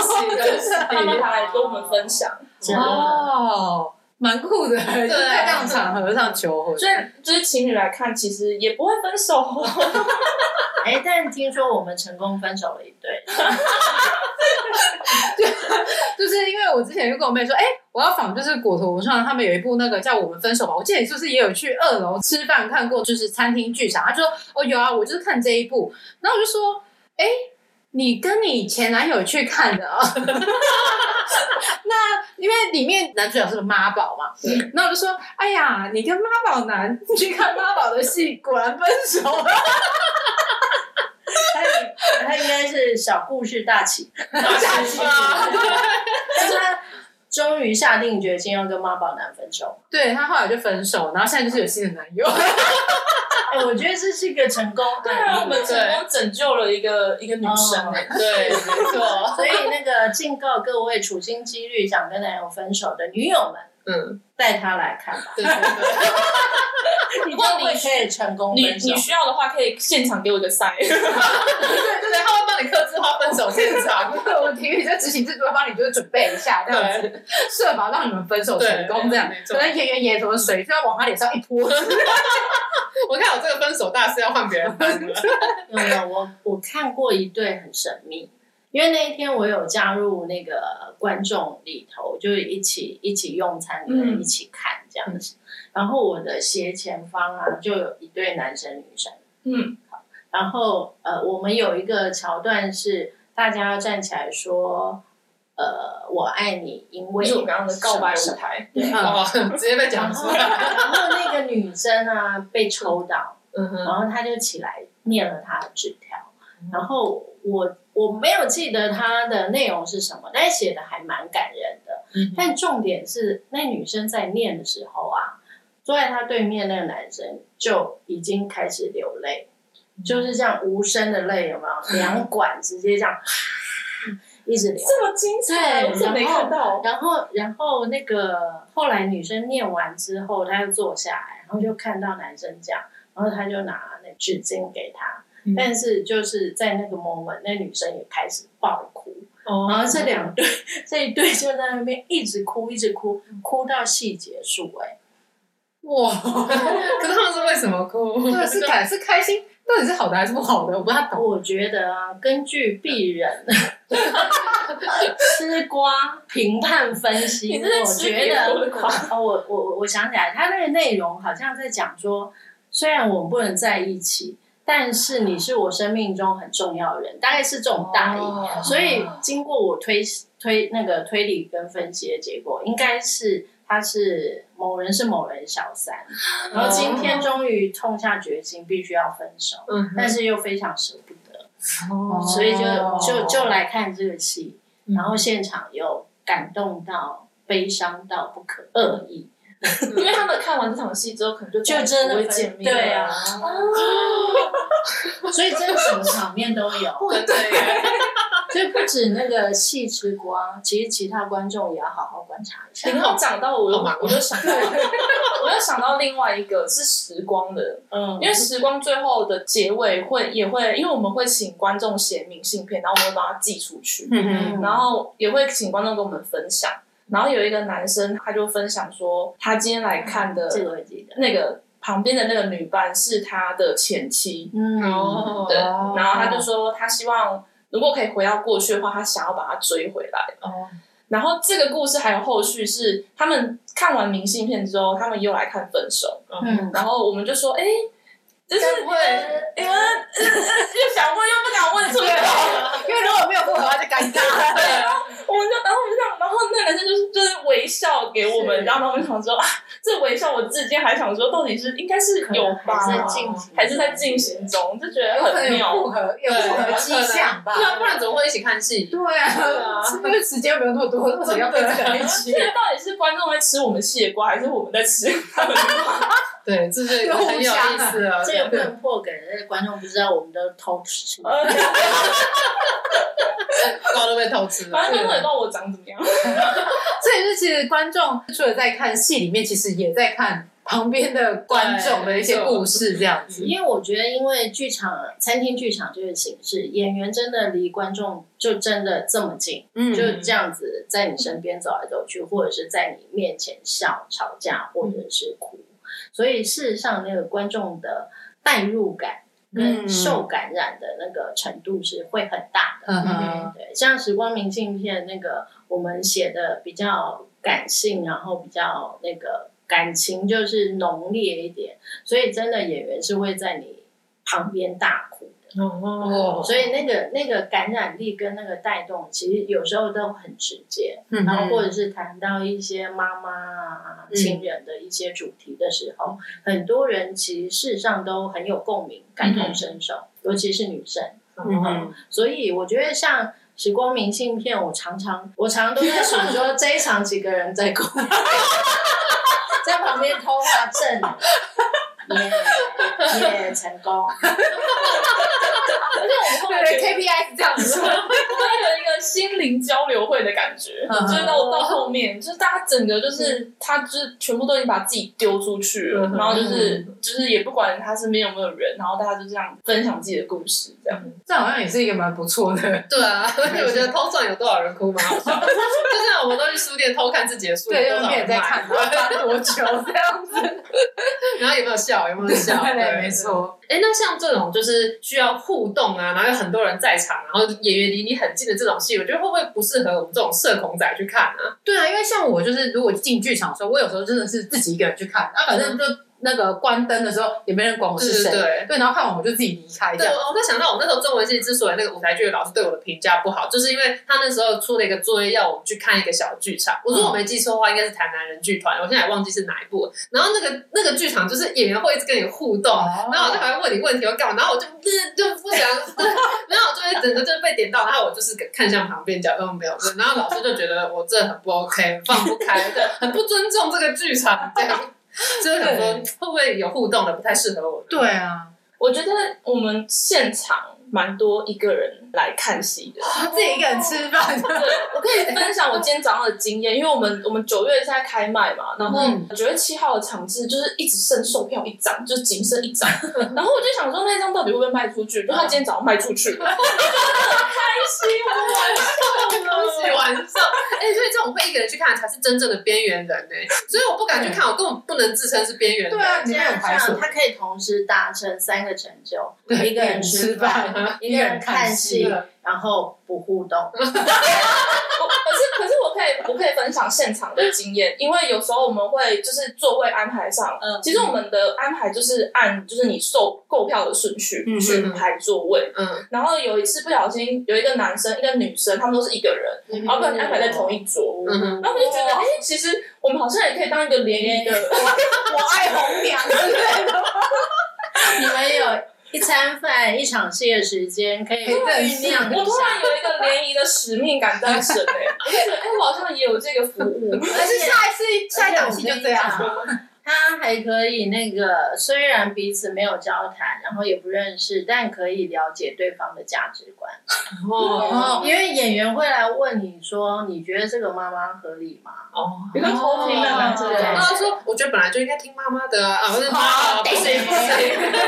C: 喜恭喜
E: 他们还来跟我们分享，
D: 真的
B: 哦，蛮酷的，就是在这样的场合上求婚，
E: 所以就是情侣来看，其实也不会分手。哦
D: 哎、但听说我们成功分手了一对，
B: 就是因为我之前就跟我妹说，哎、我要仿就是果陀文创，他们有一部那个叫《我们分手吧》，我记得你是不是也有去二楼吃饭看过，就是餐厅剧场，她就说哦有啊，我就是看这一部，然后我就说，哎、你跟你前男友去看的啊、那因为里面男主角是个妈宝嘛，那我就说，哎呀，你跟妈宝男去看妈宝的戏，果然分手了。
D: 他他应该是小故事大起，
C: 大
D: 起但是他终于下定决心要跟妈宝男分手。
B: 对他后来就分手，然后现在就是有新的男友。
D: 哎、我觉得这是一个成功
E: 对啊，我
D: 案例。
E: 们成功拯救了一个一个女生哎、
C: 对，没 错，
D: 所以那个警告各位处心积虑想跟男友分手的女友们，
C: 嗯，
D: 带他来看吧，
C: 对对对，
D: 如果你可以成功
E: 你
D: 分手
E: 你。需要的话，可以现场给我一个 sign。
C: 对对对，他会帮你克制化分手现场。
B: 我们体育在执行制作帮你就是准备一下，这样子，设法让你们分手成功，
C: 对
B: 这样
C: 没。错
B: 可能演员演什么水就要往他脸上一泼，
C: 我看我这个分手大师要换别人搬 了，
D: 有有，嗯我我看过一对很神秘，因为那一天我有加入那个观众里头，就是一起一起用餐的
E: 嗯
D: 人一起看这样子。然后我的斜前方啊，就有一对男生女生。
E: 嗯，
D: 然后呃，我们有一个桥段是大家要站起来说，呃，我爱你，因为
E: 就是我刚刚的告白舞台，
B: 嗯
C: 哦，直接被讲
D: 然
C: 出
D: 后，
C: 来。
D: 然后那个女生啊被抽到，
C: 嗯哼，
D: 然后她就起来念了她的纸条，然后我我没有记得她的内容是什么，但是写的还蛮感人的。
C: 嗯
D: 但重点是，那女生在念的时候啊，坐在她对面那个男生就已经开始流泪，
C: 嗯
D: 就是这样无声的泪，有没有？两管直接这样 一直流。
E: 这么精彩，
D: 对
E: 我怎么没看到？
D: 然后，然后那个后来女生念完之后，她就坐下来，然后就看到男生这样，然后她就拿那纸巾给他，
C: 嗯
D: 但是就是在那个 moment，那女生也开始爆哭，然后这两对这一对就在那边一直哭，一直哭，哭到戏结束、哎，
B: 哇，
C: 可是他们是为什么哭？
B: 对，是 感是开心，到底是好的还是不好的，我不太懂。
D: 我觉得啊，根据鄙人吃瓜评判分析，
E: 你真的
D: 我
E: 吃
D: 觉
E: 别
D: 得
E: 人的瓜。
D: 哦，我我我我想起来，他那个内容好像在讲说，虽然我们不能在一起，但是你是我生命中很重要的人，大概是这种大意。
C: 哦
D: 所以经过我推推那个推理跟分析的结果，应该是他是某人是某人小三，然后
E: 哦
D: 今天终于痛下决心必须要分手，
C: 嗯哼
D: 但是又非常舍不得，
B: 哦
D: 所以就就就来看这个戏，
C: 嗯
D: 然后现场又感动到悲伤到不可遏议。
E: 因为他们看完这场戏之后，可能就
D: 就真的
E: 不
D: 分
E: 会见面。
D: 对啊，所以真的什么场面都有。
C: 真的耶，
D: 所以不止那个戏之瓜，其实其他观众也要好好啊观察一下。
E: 然后讲到我又
C: 好忙哦
E: 我就想到，我又想到另外一个是时光的，
D: 嗯
E: 因为时光最后的结尾会也会，因为我们会请观众写明信片，然后我们会把它寄出去，
B: 嗯
E: 然后也会请观众跟我们分享。然后有一个男生他就分享说，他今天来看的
D: 这个我记得。
E: 那个旁边的那个女伴是他的前妻，
D: 嗯，
C: 哦
E: 对，然后他就说他希望如果可以回到过去的话，他想要把他追回来。
C: 哦，
E: 然后这个故事还有后续是他们看完明信片之后，他们又来看分手，
D: 嗯，
E: 然后我们就说，哎、就是
C: 该不会
E: 你们又想问又不想问出口，
B: 因为如果没有复合，他就尴尬。
E: 我们就然后我们就想，然后那个男生就是就是微笑给我们，
D: 是
E: 然后我们想说啊，这微笑我至今还想说，到底是应该是有吧，
D: 还在进行，
E: 还是在进行中，就觉得
B: 有可
E: 很
B: 能有
E: 妙
B: 复。合，有复合迹象吧？
C: 对啊，不然怎么会一起看戏？
B: 对啊，因为时间没有那么多，怎么要跟在一起
E: 这？个到底是观众在吃我们蟹瓜，还是我们在吃？
C: 对，这 是
B: 又
C: 很有
B: 互相
C: 意思啊。
D: 这个不能破梗，那个观众不知道我们都偷吃。
E: 呃，
C: 瓜都被偷吃了
E: 反。正观众也不知道我长怎么样。
B: 所以就是其实观众除了在看戏里面，其实也在看旁边的观众的一些故事，这样子。
D: 因为我觉得，因为剧场、餐厅剧场这个形式，演员真的离观众就真的这么近，
B: 嗯
D: 就这样子在你身边走来走去，或者是在你面前笑、吵架，或者是哭。所以事实上，那个观众的代入感跟
B: 嗯
D: 受感染的那个程度是会很大的。
B: 嗯哼，
D: 对，像《时光明信片》那个，我们写的比较感性，然后比较那个感情就是浓烈一点，所以真的演员是会在你旁边大哭的。
B: 嗯
C: 哦
D: 所以那个那个感染力跟那个带动，其实有时候都很直接。
B: 嗯
D: 然后或者是谈到一些妈妈啊、
B: 嗯
D: 亲人的一些主题的时候，很多人其实事实上都很有共鸣、感同身受，尤其是女生。
B: 嗯哼，
D: 所以我觉得像时光明信片，我常常我常常都在数说 这一场几个人在哭， 在旁边偷画阵，也也成功。
E: 而且我们后来
B: 对
E: 觉得
B: ，KPI 是这样子。
E: 会有一个心灵交流会的感觉，
B: 嗯
E: 就是到到后面，就是大家整个就是他就是全部都已经把自己丢出去了，
C: 嗯
E: 然后就是就是也不管他身边有没有人，然后大家就这样分享自己的故事，这样。
B: 这好像也是一个蛮不错的，
C: 对啊， 所以我觉得偷算有多少人哭吗？ 就像我们都去书店偷看自己的书，
B: 对，
C: 有
B: 就是
C: 多少
B: 别人
C: 人
B: 在看，
C: 买，
B: 然后翻多久这 样子。
C: 然后有没有笑，有没有笑？
B: 对，没。错。
C: 哎，那像这种就是需要互动啊，然后有很多人在场，然后演员离你很近的这种戏，我觉得会不会不适合我们这种社恐仔去看啊？
B: 对啊，因为像我就是，如果进剧场的时候，我有时候真的是自己一个人去看，那反正就那个关灯的时候也没人管我
C: 对
B: 哦是谁，
C: 对对。
B: 对，然后看完我就自己离开这
C: 对，哦
B: 样。
C: 我我在想到我那时候中文系之所以那个舞台剧的老师对我的评价不好，就是因为他那时候出了一个作业要我们去看一个小剧场。
B: 嗯
C: 我说我没记错的话，应该是台南人剧团，我现在也忘记是哪一部了。然后那个那个剧场就是演员会一直跟你互动，
B: 哦
C: 然后我就还会问你问题，我干嘛？然后我就 就就不想，然后我就会整个就是被点到，然后我就是看向旁边，假装没有事。然后老师就觉得我这很不 OK，放不
E: 哎
C: 开，对，很不尊重这个剧场，这样。就是想说，会不会有互动的不太适合我呢？
B: 对啊，
E: 我觉得我们现场蛮多一个人来看戏的，
B: 他自己一个人吃饭，
E: 我可以分享我今天早上的经验，因为我们我们九月现在开卖嘛，然后
B: 嗯
E: 九月七号的场次就是一直剩售票一张，就是仅剩一 张，然后我就想说那张到底会不会卖出去？就他今天早上卖出去了，我就
B: 哦
E: 觉得很开心，我玩
C: 恭
E: 笑
C: 喜
E: 了。
C: 晚上，哎、所以这种会一个人去看的才是真正的边缘人呢、所以我不敢去看，我根本不能自称是边缘人。
B: 对啊，里面有
D: 加
B: 排
D: 上
B: 水，
D: 他可以同时达成三个成就：
B: 对
D: 一个人吃饭，一
B: 一
D: 个
B: 个
D: 人
B: 人
D: 看
B: 看
D: 戏
B: 戏，
D: 然后不互 动。
E: 我可是可是我可以我可以分享现场的经验，因为有时候我们会就是座位安排上，
D: 嗯
E: 其实我们的安排就是按就是你售购票的顺序
B: 嗯
E: 去排座位，
C: 嗯，
E: 然后有一次不小心有一个男生一个女生，他们都是一个人，
B: 嗯
E: 然后被安排在同一桌，
C: 嗯哼
E: 然后我就觉得哎、其实我们好像也可以当一个联谊的，
B: 我爱红娘之类的，
D: 你们有一餐饭、一场戏的时 间可以酝酿
E: 我
D: 一
E: 突
D: 下。
E: 然有一个联谊的使命感在身哎、我就觉得哎、我好像也有这个服务，
B: 可是下一次下一档戏就这样。
D: 而且我跟你讲。他还可以那个，虽然彼此没有交谈，然后也不认识，但可以了解对方的价值观。
B: 哦
D: 因为演员会来问你说，你觉得这个妈妈合 理吗？
B: 哦，
E: 有个偷听的感觉。
D: 对
B: 然后他哦说，我觉得本来就应该听妈妈的
C: 哦
B: 啊，啊，不是妈妈，不行不行，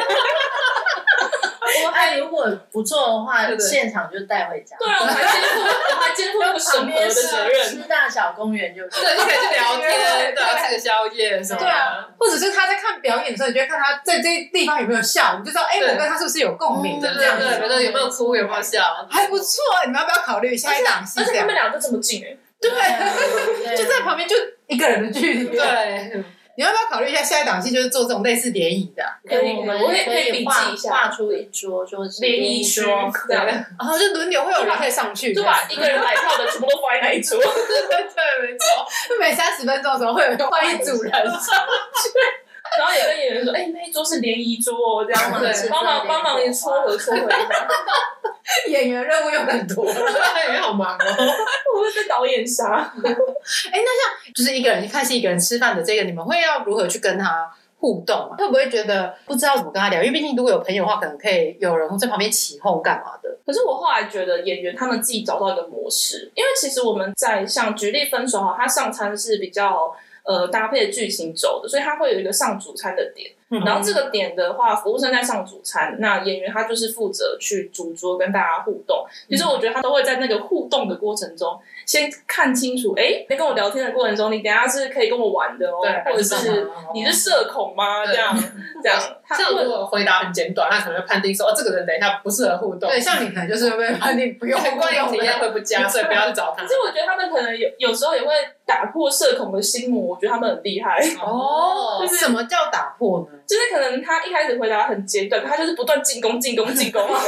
D: 我哎，如果不错的话，
B: 对对
D: 现场就带回家。
E: 对啊，我还肩负我还 肩负那个审
D: 旁
E: 核
D: 边
E: 的
D: 是
E: 责任。
D: 师大小公园就是。
B: 对，就可以去聊天，对啊，
C: 对
B: 吃个宵夜什么的，
C: 对啊，或者是他在看表演的时候，你就会看他在这些地方有没有笑，我们就知道，哎，
B: 对
C: 我跟他是不是有共鸣
B: 对
C: 的
B: 对
C: 这样
B: 对，
C: 子，
B: 觉得有没有哭，有没有笑，
C: 还不错，你们要不要考虑下一档戏
E: 而
C: 这
E: 且他
C: 样
E: 们？俩就这么近哎，
C: 对，
D: 对
C: 就在旁边就一个人的距离。
B: 对，
C: 你要不要考虑一下下一档戏就是做这种类似联谊的啊？
E: 可以
D: 我们
E: 我也可以
D: 以
E: 笔
D: 画
E: 记一下
D: 画出一桌，说是
E: 联谊区
D: 桌
E: 这样，
C: 然
B: 啊
C: 后就轮流会有人可以上去，
E: 就把一个人买票的全部都放在那一桌。
C: 啊对，没错，每三十分钟的时候会有换一组人。
E: 然后也跟演员说，哎、那一桌是联谊桌哦，这样
B: 对
E: 子，帮忙帮忙撮合撮合一下。
C: 演员任务又很多，
B: 对，好忙哦，
E: 我会被导演杀，
C: 就是一个人看戏，一个人吃饭的这个，你们会要如何去跟他互动啊？会不会觉得不知道怎么跟他聊？因为毕竟如果有朋友的话，可能可以有人在旁边起哄干嘛的。
E: 可是我后来觉得演员他们自己找到一个模式，因为其实我们在像举例分手哈，它上餐是比较呃搭配剧情走的，所以它会有一个上主餐的点。
B: 嗯
E: 然后这个点的话，服务生在上主餐，那演员他就是负责去主桌跟大家互动。其实我觉得他都会在那个互动的过程中，先看清楚，哎，在跟我聊天的过程中，你等一下是可以跟我玩的哦，
B: 对啊
E: 或者是
C: 哦
E: 你是社恐吗？
B: 对
E: 这样这样，他
B: 像如
E: 会
B: 果回答很简短，他可能会判定说，哦，这个人等一下不适合互动，
C: 对，像你可能就是 会被判定不用
B: 很观影体验会不佳，所以不要去找他
E: 可。是我觉得他们可能有有时候也会打破社恐的心魔，我觉得他们很厉害。
C: 哦，
E: 就是
C: 什么叫打破呢？
E: 就是可能他一开始回答很简短，他就是不断进攻、进攻、进攻，然后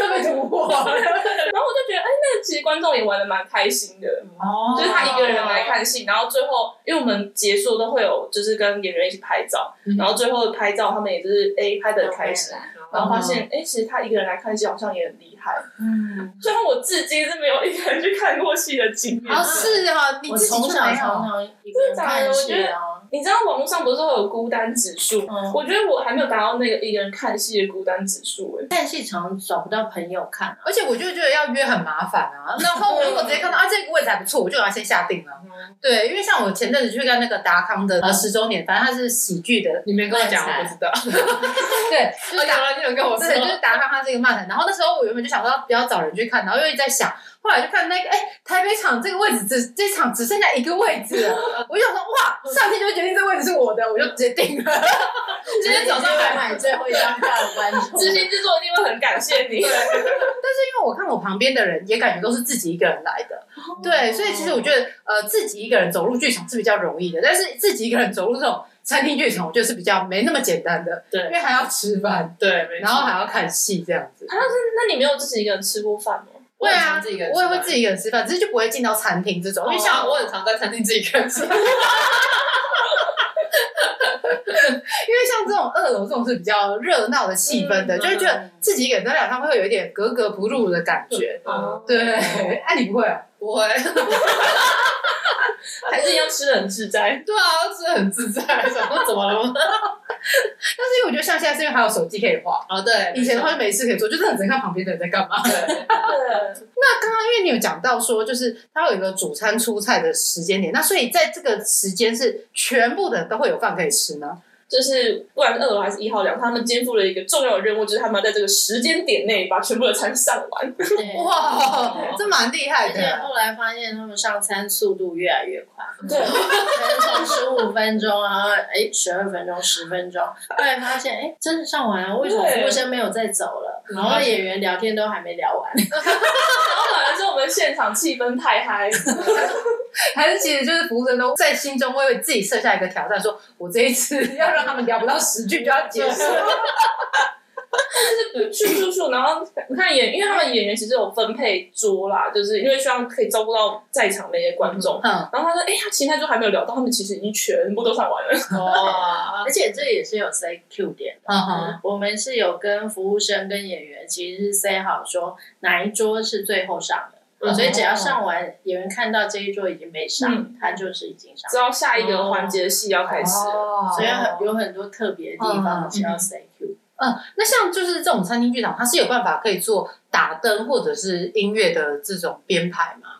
C: 会被突破
E: 我就觉得，哎，那其实观众也玩的蛮开心的。
C: 哦
E: 就是他一个人来看戏，然后最后因为我们结束都会有就是跟演员一起拍照，然后最后拍照他们也就是哎、拍的开心，
C: 嗯
E: 然后发现哎、其实他一个人来看戏好像也很厉害。
D: 嗯，
E: 虽然我至今是没有一个人去看过戏的经验，
C: 哦，是哈，你
D: 我
C: 自己
D: 从
C: 就
D: 小
C: 没
D: 常
C: 有。
D: 常一个人看戏啊，
E: 你知道网络上不是会有孤单指数？
D: 嗯
E: 我觉得我还没有达到那个一个人看戏的孤单指数、 哎，
D: 看戏常找不到朋友看啊。
C: 而且我就觉得要约很麻烦啊，然后如果直接看到啊这个位置还不错，我就把它先下定了。
B: 嗯
C: 对，因为像我前阵子去看那个达康的呃十周年，反正它是喜剧的，
B: 你没跟我讲，我不知道。
C: 对，
B: 哦，有了，你有跟我说
C: 对，，就是达康它是一个漫展。然后那时候我原本就想说不要找人去看，然后又一直在想，后来就看那个哎台北场这个位置只这场只剩下一个位置了，我就想说哇上天就决定这位置是我的，我就直接定 了。
D: 今
B: 天早上还
D: 买最后一张票的观众，
E: 执行制作一定会很感谢 你。
C: 因为我看我旁边的人也感觉都是自己一个人来的，
B: 哦
C: 对，所以其实我觉得呃自己一个人走入剧场是比较容易的，但是自己一个人走入这种餐厅剧场，我觉得是比较没那么简单的，
B: 对
C: 因为还要吃饭，
B: 对，没错啊
C: 然后还要看戏这样子。
E: 那你没有自己一个人吃过饭吗？
B: 我
C: 对
B: 很
C: 啊
B: 常自己一个，人
C: 我也会
B: 吃饭
C: 自己一个人吃饭，哦只是就不会进到餐厅这种，因
B: 因
C: 为
B: 为
C: 像
B: 像
C: 我，
B: 我很常在餐厅自己看戏，
C: 因为像这种二楼这种是比较热闹的气氛的，
E: 嗯
C: 就会觉得自己一个人在两上会有一点格格不入的感觉。
E: 啊
B: 嗯
C: 对，哎、你不会啊？
B: 不会，
E: 还是一样吃的很自在。
B: 对啊，吃的很自在，想说怎么了吗？
C: 但是因为我觉得像现在是因为还有手机可以划，
B: 哦，对，
C: 以前的话就没事可以做，就是很只能看旁边的人在干嘛。
B: 对，
E: 对，
C: 因为你有讲到说，就是它会有一个主餐出菜的时间点，那所以在这个时间是全部的人都会有饭可以吃呢。
E: 就是不管是二楼还是一号两，他们肩负了一个重要的任务，就是他们要在这个时间点内把全部的餐上完。
D: 对
C: 哇，这蛮厉害
D: 而且
C: 的。
D: 后来发现他们上餐速度越来越快，
E: 对，
D: 可能从十五分钟，然后哎十二分钟、十分钟，后来发现哎真的上完了，为什么服务生没有再走了？然后演员聊天都还没聊完，
E: 然后反而是我们现场气氛太嗨，
C: 还是其实就是服务生都在心中会为自己设下一个挑战，说我这一次要让他们聊不到十句就要结束。
E: 咻咻咻，然后你看演，因为他们演员其实有分配桌啦，就是因为希望可以照顾到在场的一些观众。
C: 嗯，
E: 然后他说：“哎、他其他就还没有聊到，他们其实已经全部都上完了。
B: 哇，
D: 而且这也是有 CQ 点。
C: 嗯哼，
D: 我们是有跟服务生跟演员其实是 say 好说哪一桌是最后上的，
C: 嗯
D: 所以只要上完演员看到这一桌已经被上
E: 嗯，
D: 他就是已经上
E: 知，道下一
C: 哦
E: 个环节戏要开始了。
B: 哦
D: 所以很有很多特别的地
B: 嗯
D: 方需要 say Q。
B: 嗯，那像就是这种餐厅剧场，它是有办法可以做打灯或者是音乐的这种编排吗？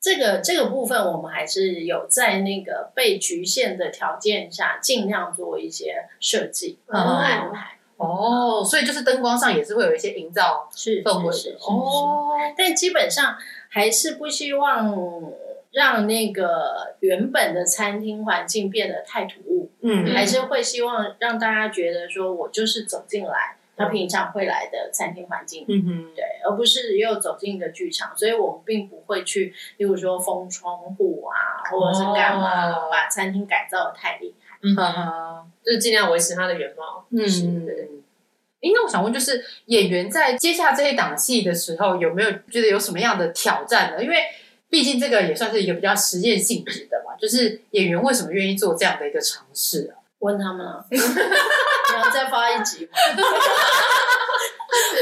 D: 这个这个部分，我们还是有在那个被局限的条件下，尽量做一些设计
B: 嗯
D: 跟安排。
B: 哦，所以就是灯光上也是会有一些营造
D: 是
B: 氛围
D: 是是
B: 的哦
D: 是是，但基本上还是不希望让那个原本的餐厅环境变得太突兀，
B: 嗯
D: 还是会希望让大家觉得说我就是走进来他平常会来的餐厅环境
B: 嗯哼，
D: 对，而不是又走进一个剧场，所以我们并不会去，例如说封窗户啊，或者是干嘛，
B: 哦
D: 把餐厅改造的太厉害。
C: 嗯
B: 哈哈，
C: 就是尽量维持它的原貌。
B: 嗯
D: 是
B: 嗯。诶，那我想问，就是演员在接下这一档戏的时候，有没有觉得有什么样的挑战呢？因为毕竟这个也算是一个比较实验性质的嘛，就是演员为什么愿意做这样的一个尝试啊？
D: 问他 们了，你要再发一集吗？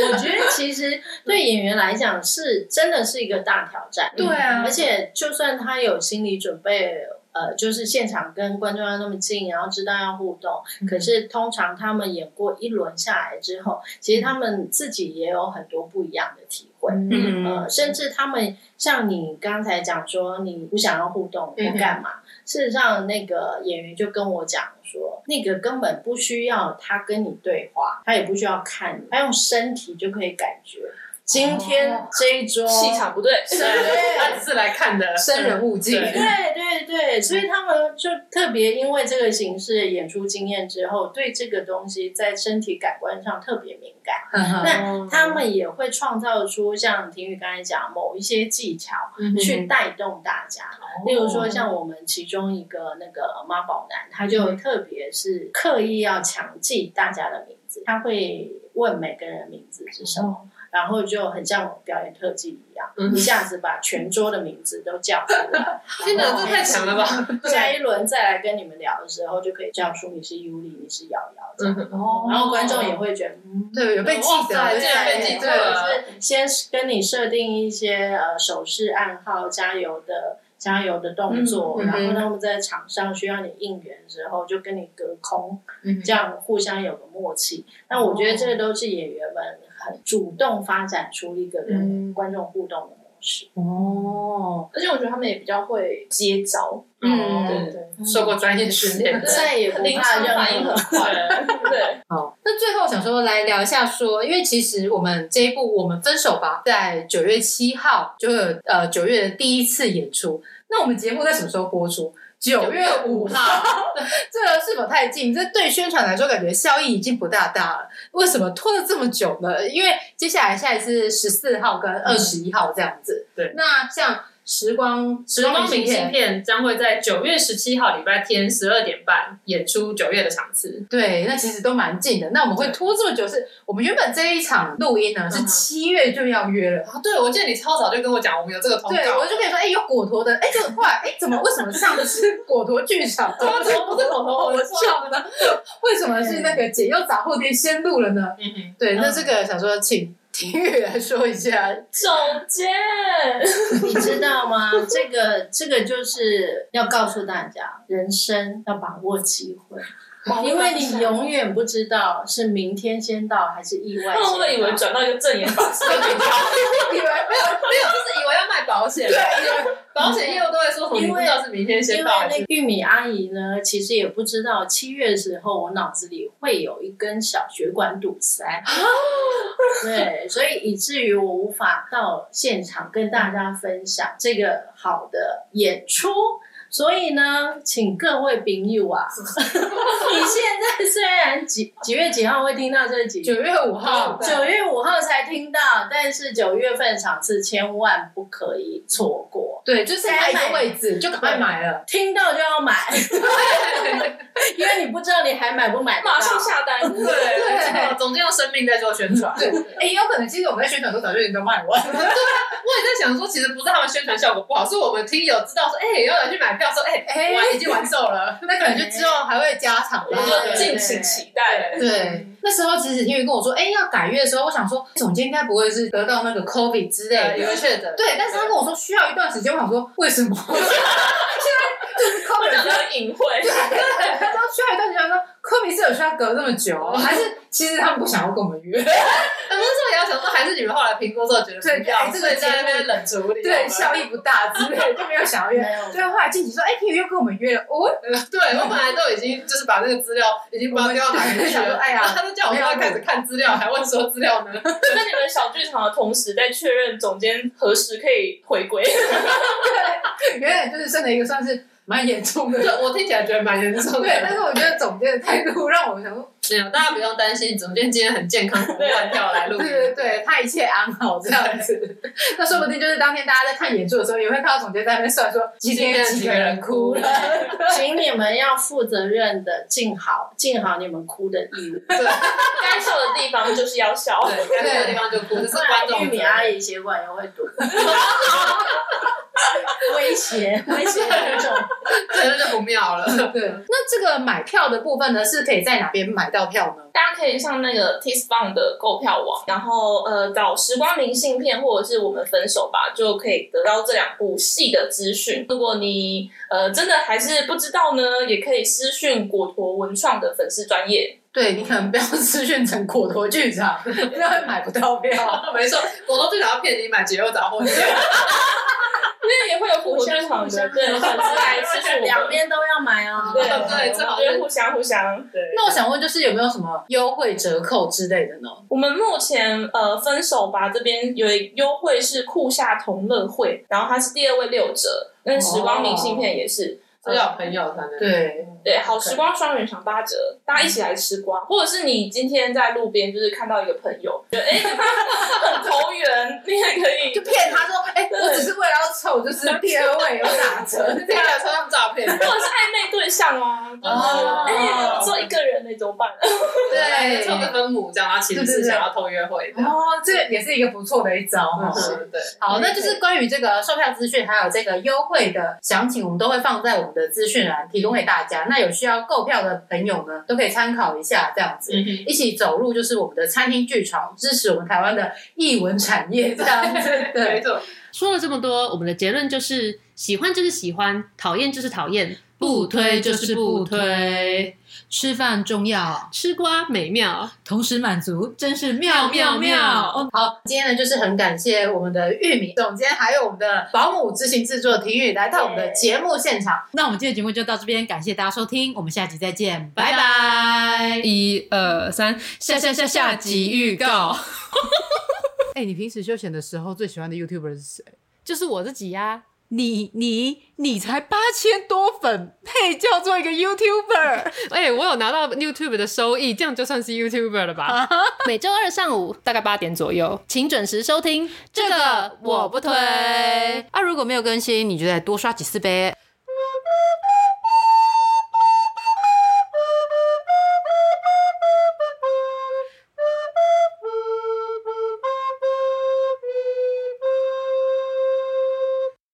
D: 我觉得其实对演员来讲是真的是一个大挑战，
B: 对啊
D: 而且就算他有心理准备，呃，就是现场跟观众要那么近，然后知道要互动，
B: 嗯
D: 可是通常他们演过一轮下来之后，其实他们自己也有很多不一样的体会。
B: 嗯
E: 嗯
D: 呃，甚至他们像你刚才讲说你不想要互动或
E: 嗯
D: 干嘛，事实上那个演员就跟我讲说，那个根本不需要他跟你对话，他也不需要看你，他用身体就可以感觉今天这一桌
E: 哦气场 不对，
D: 对
C: 它只是来看的，
B: 生人勿近，
C: 对
D: 对对对，所以他们就特别因为这个形式的演出经验之后，对这个东西在身体感官上特别敏感。
B: 那
E: 嗯
D: 那他们也会创造出像婷宇刚才讲某一些技巧
C: 嗯哦
D: 去带动大家，例如说像我们其中一个那个妈宝男，他
C: 嗯
D: 就特别是刻意要强记大家的名字，他会问每个人的名字是什么。然后就很像表演特技一样，
C: 哦嗯
D: 一下子把全桌的名字都叫出 来。
B: 嗯
C: 天哪，
D: 哇
C: 这太强了吧！
D: 下一轮再来跟你们聊的时候，就可以叫出你是尤里，你是瑶瑶这样。
C: 嗯，
B: 哦
D: 然后观众也会觉得，嗯，
B: 对有被记
C: 哇
B: 得，
C: 塞竟然被记
D: 或
C: 得
D: 者
E: 啊
D: 是先跟你设定一些呃手势暗号、加油的加油的动作，
B: 嗯嗯
D: 然后他们在场上需要你应援的时候，就跟你隔空，
C: 嗯
D: 这样互相有个默契。那我觉得这个都是演员们很主动发展出一个
E: 嗯
D: 跟观众互动的模式。
B: 哦，
E: 而且我觉得他们也比较会接招，
B: 嗯
E: 对对
C: 受过专业训练的，
D: 再也不
E: 临
D: 怕
E: 场
D: 任
E: 反应
D: 何
E: 很快，对，
B: 好，那最后想说来聊一下说，因为其实我们这一部《我们分手吧》在九月七号就会有呃九月的第一次演出，那我们节目在什么时候播出？九月五号， 这个是否太近？这对宣传来说，感觉效益已经不大大了。为什么拖了这么久呢？因为接下来下一次十四号跟二十一号这样子。
C: 对
B: 那像时光时
C: 时光明
B: 明
C: 信
B: 片
C: 片将会在九月十七号礼拜天十二点半演出九月的场次。
B: 对，那其实都蛮近的。那我们会拖这么久是，我们原本这一场录音呢是
C: 嗯
B: 七月就要约了。
C: 啊，对，我记得你超早就跟我讲，我们有这个通
B: 对，我就可以说，哎、有果陀的，哎、这很快，哎、怎么为什么上次果陀剧场，
C: 对啊 怎么不是 口头
B: 我
C: 我的错
B: 上呢？为什么是那个解忧杂货店先录了呢？
C: 嗯哼，
B: 对，那这个想说，请婷宇来说一下。
E: 总监，
D: 你知道吗？这个这个就是要告诉大家，人生要把握机会， 因为你永远不知道是明天先到还是意外
E: 他 们
D: 先到。
E: 会以为转到一个正言法师那边，
B: 以为没有，
C: 没有，就是以为要卖保险，对，嗯保险业务都会说什么，你
D: 因
C: 不
D: 为
C: 知道是明天先
D: 因为
C: 到还
D: 那
C: 是
D: 个玉米阿姨呢，其实也不知道七月的时候，我脑子里会有一根小血管堵塞，
C: 啊
D: 对，所以以至于我无法到现场跟大家分享这个好的演出。所以呢，请各位朋友啊， 你现在虽然几几月几号会听到这集，
B: 九月五号，
D: 九月五号才听到，但是九月份场次千万不可以错过。
B: 对，就是还有一个位置，就赶快买了。
D: 听到就要买，因为你不知道你还买不买得到。
E: 马上下单，对，
C: 对，总之用生命在做宣传。
B: 对，哎、有可能其实我们在宣传的时候早就已经都卖完了。
C: 我也在想说，其实不是他们宣传效果不好，是我们听友知道说，哎、要来去买票，说，哎、
B: 哎
C: 完已经完售了。
B: 那可能就之后还会加场啦。
D: 对
E: 敬请期待。
B: 对，那时候其实英语跟我说，哎、要改乐的时候，我想说哎总监应该不会是得到那个 COVID 之类的，
C: 有个确诊，
B: 对，但是他跟我说需要一段时间，我想说为什么？ 现在就是 COVID
E: 比较隐晦。
B: 对，他说需要一段时间，说科比是有需要隔这么久，还是其实他们不想要跟我们约？
C: 那不是说也要想说，还是你们后来评估之后觉得
B: 对
C: 不要，
B: 哎这
C: 所
B: 个
C: 以在那边冷处理，好
B: 对，
C: 吧
B: 效益不大之类的，就没有想要 约。
D: 没有
B: 对，后来静琪说，哎，可以又跟我们约了，哦，
C: 对我本来都已经就是把那个资料已经不知道丢到哪里去
B: 我们
C: 了，
B: 哎呀
C: 然后他都叫我要开始看资料，还问说资料 呢？
E: 跟你们小剧场的同时，在确认总监何时可以回归。
B: 原来就是剩了一个算是蛮严重的。
C: 对，我听起来觉得蛮严重 的。
B: 对，但是我觉得总监的态度让我想说，
C: 没有，大家不用担心，总监今天很健康，活蹦乱跳来 录
B: 对对
C: 音。
B: 对，他一切安好这样 子。那说不定就是当天大家在看演出的时候，也会看到总监在那边算说今天几个人哭了。
D: 请你们要负责任的尽好尽好你们哭的义务。
E: 该笑的地方就是要笑。
C: 对，该哭的地方就哭，这是
D: 不
C: 观
D: 然
C: 众
D: 玉米
C: 责
D: 阿
B: 啊
C: 任。
D: 姨血管又会堵， 威胁威胁观众。
C: 对，那 就不妙 了。
B: 对，那这个买票的部分呢，是可以在哪边买到票呢？
E: 大家可以上那个 t i s b o n 的购票网，然后呃找时光明信片或者是我们分手吧，就可以得到这两部戏的资讯。如果你呃真的还是不知道呢，也可以私讯果陀文创的粉丝专业。
B: 对你可能不要私讯成果陀剧 场，不然会买不到票。
C: 没错，果冻最想要骗你买解忧杂货店，
E: 因为也会有果陀剧场
D: 互
E: 的
D: 相
E: 对粉丝来私讯我们
D: 两边都要买哦。
E: 对
C: 对
E: 对，
C: 最
E: 最
C: 好
E: 好
C: 是
E: 就是互相互相。对，
B: 那我想问，就是有没有什么优惠折扣之类的呢？
E: 我们目前呃分手吧这边有一优惠是酷夏同乐会，然后它是第二位六折，那时光明信片也是。
C: 只有朋友才能。
B: 对，
E: 对，好时光双人场八折，大家一起来吃瓜，或者是你今天在路边就是看到一个朋友，觉得 哎、他很投缘，你也可以
B: 就骗他说，哎、我只是为了要凑，就是第二位有打 折。
C: 听起来超像诈骗。
E: 或者是暧昧对象啊，就是
B: 哦
E: 哎，做一个人那怎么办？
C: 对，凑个分母这样，他其实是想要偷约会的。
B: 哦，这个也是一个不错的一招
F: 嗯
B: 哈。
C: 是，对，
B: 好，那哦就是关于这个售票资讯，还有这个优惠的详情，我们都会放在我们的资讯栏提供给大家。那有需要购票的朋友呢，都可以参考一下，这样子、
F: 嗯
B: 一起走入就是我们的餐厅剧场，支持我们台湾的艺文产业，这样 子。
C: 没
B: 对，
C: 错。
A: 说了这么多，我们的结论就是：喜欢就是喜欢，讨厌就是讨厌，
F: 不推就是不
A: 推。
F: 吃饭重要，
A: 吃瓜美妙，
F: 同时满足，真是妙妙
A: 妙妙
F: 妙！哦
B: 好，今天呢就是很感谢我们的玉米总监，还有我们的保姆执行制作婷宇来到我们的节目现场。
F: 那我们今天的节目就到这边，感谢大家收听，我们下集再见，拜
A: 拜
F: 拜。
A: 拜。
F: 一二三，下下下下集预 告。
G: 哎、你平时休闲的时候最喜欢的 YouTuber 是谁？
F: 就是我自己呀、
G: 你你你才八千多粉，配叫做一个 YouTuber？
F: 哎、我有拿到 YouTube 的收益，这样就算是 YouTuber 了吧？
A: 每周二上午大概八点左右，请准时收听。这个我不推。
F: 啊，如果没有更新，你就再多刷几次呗。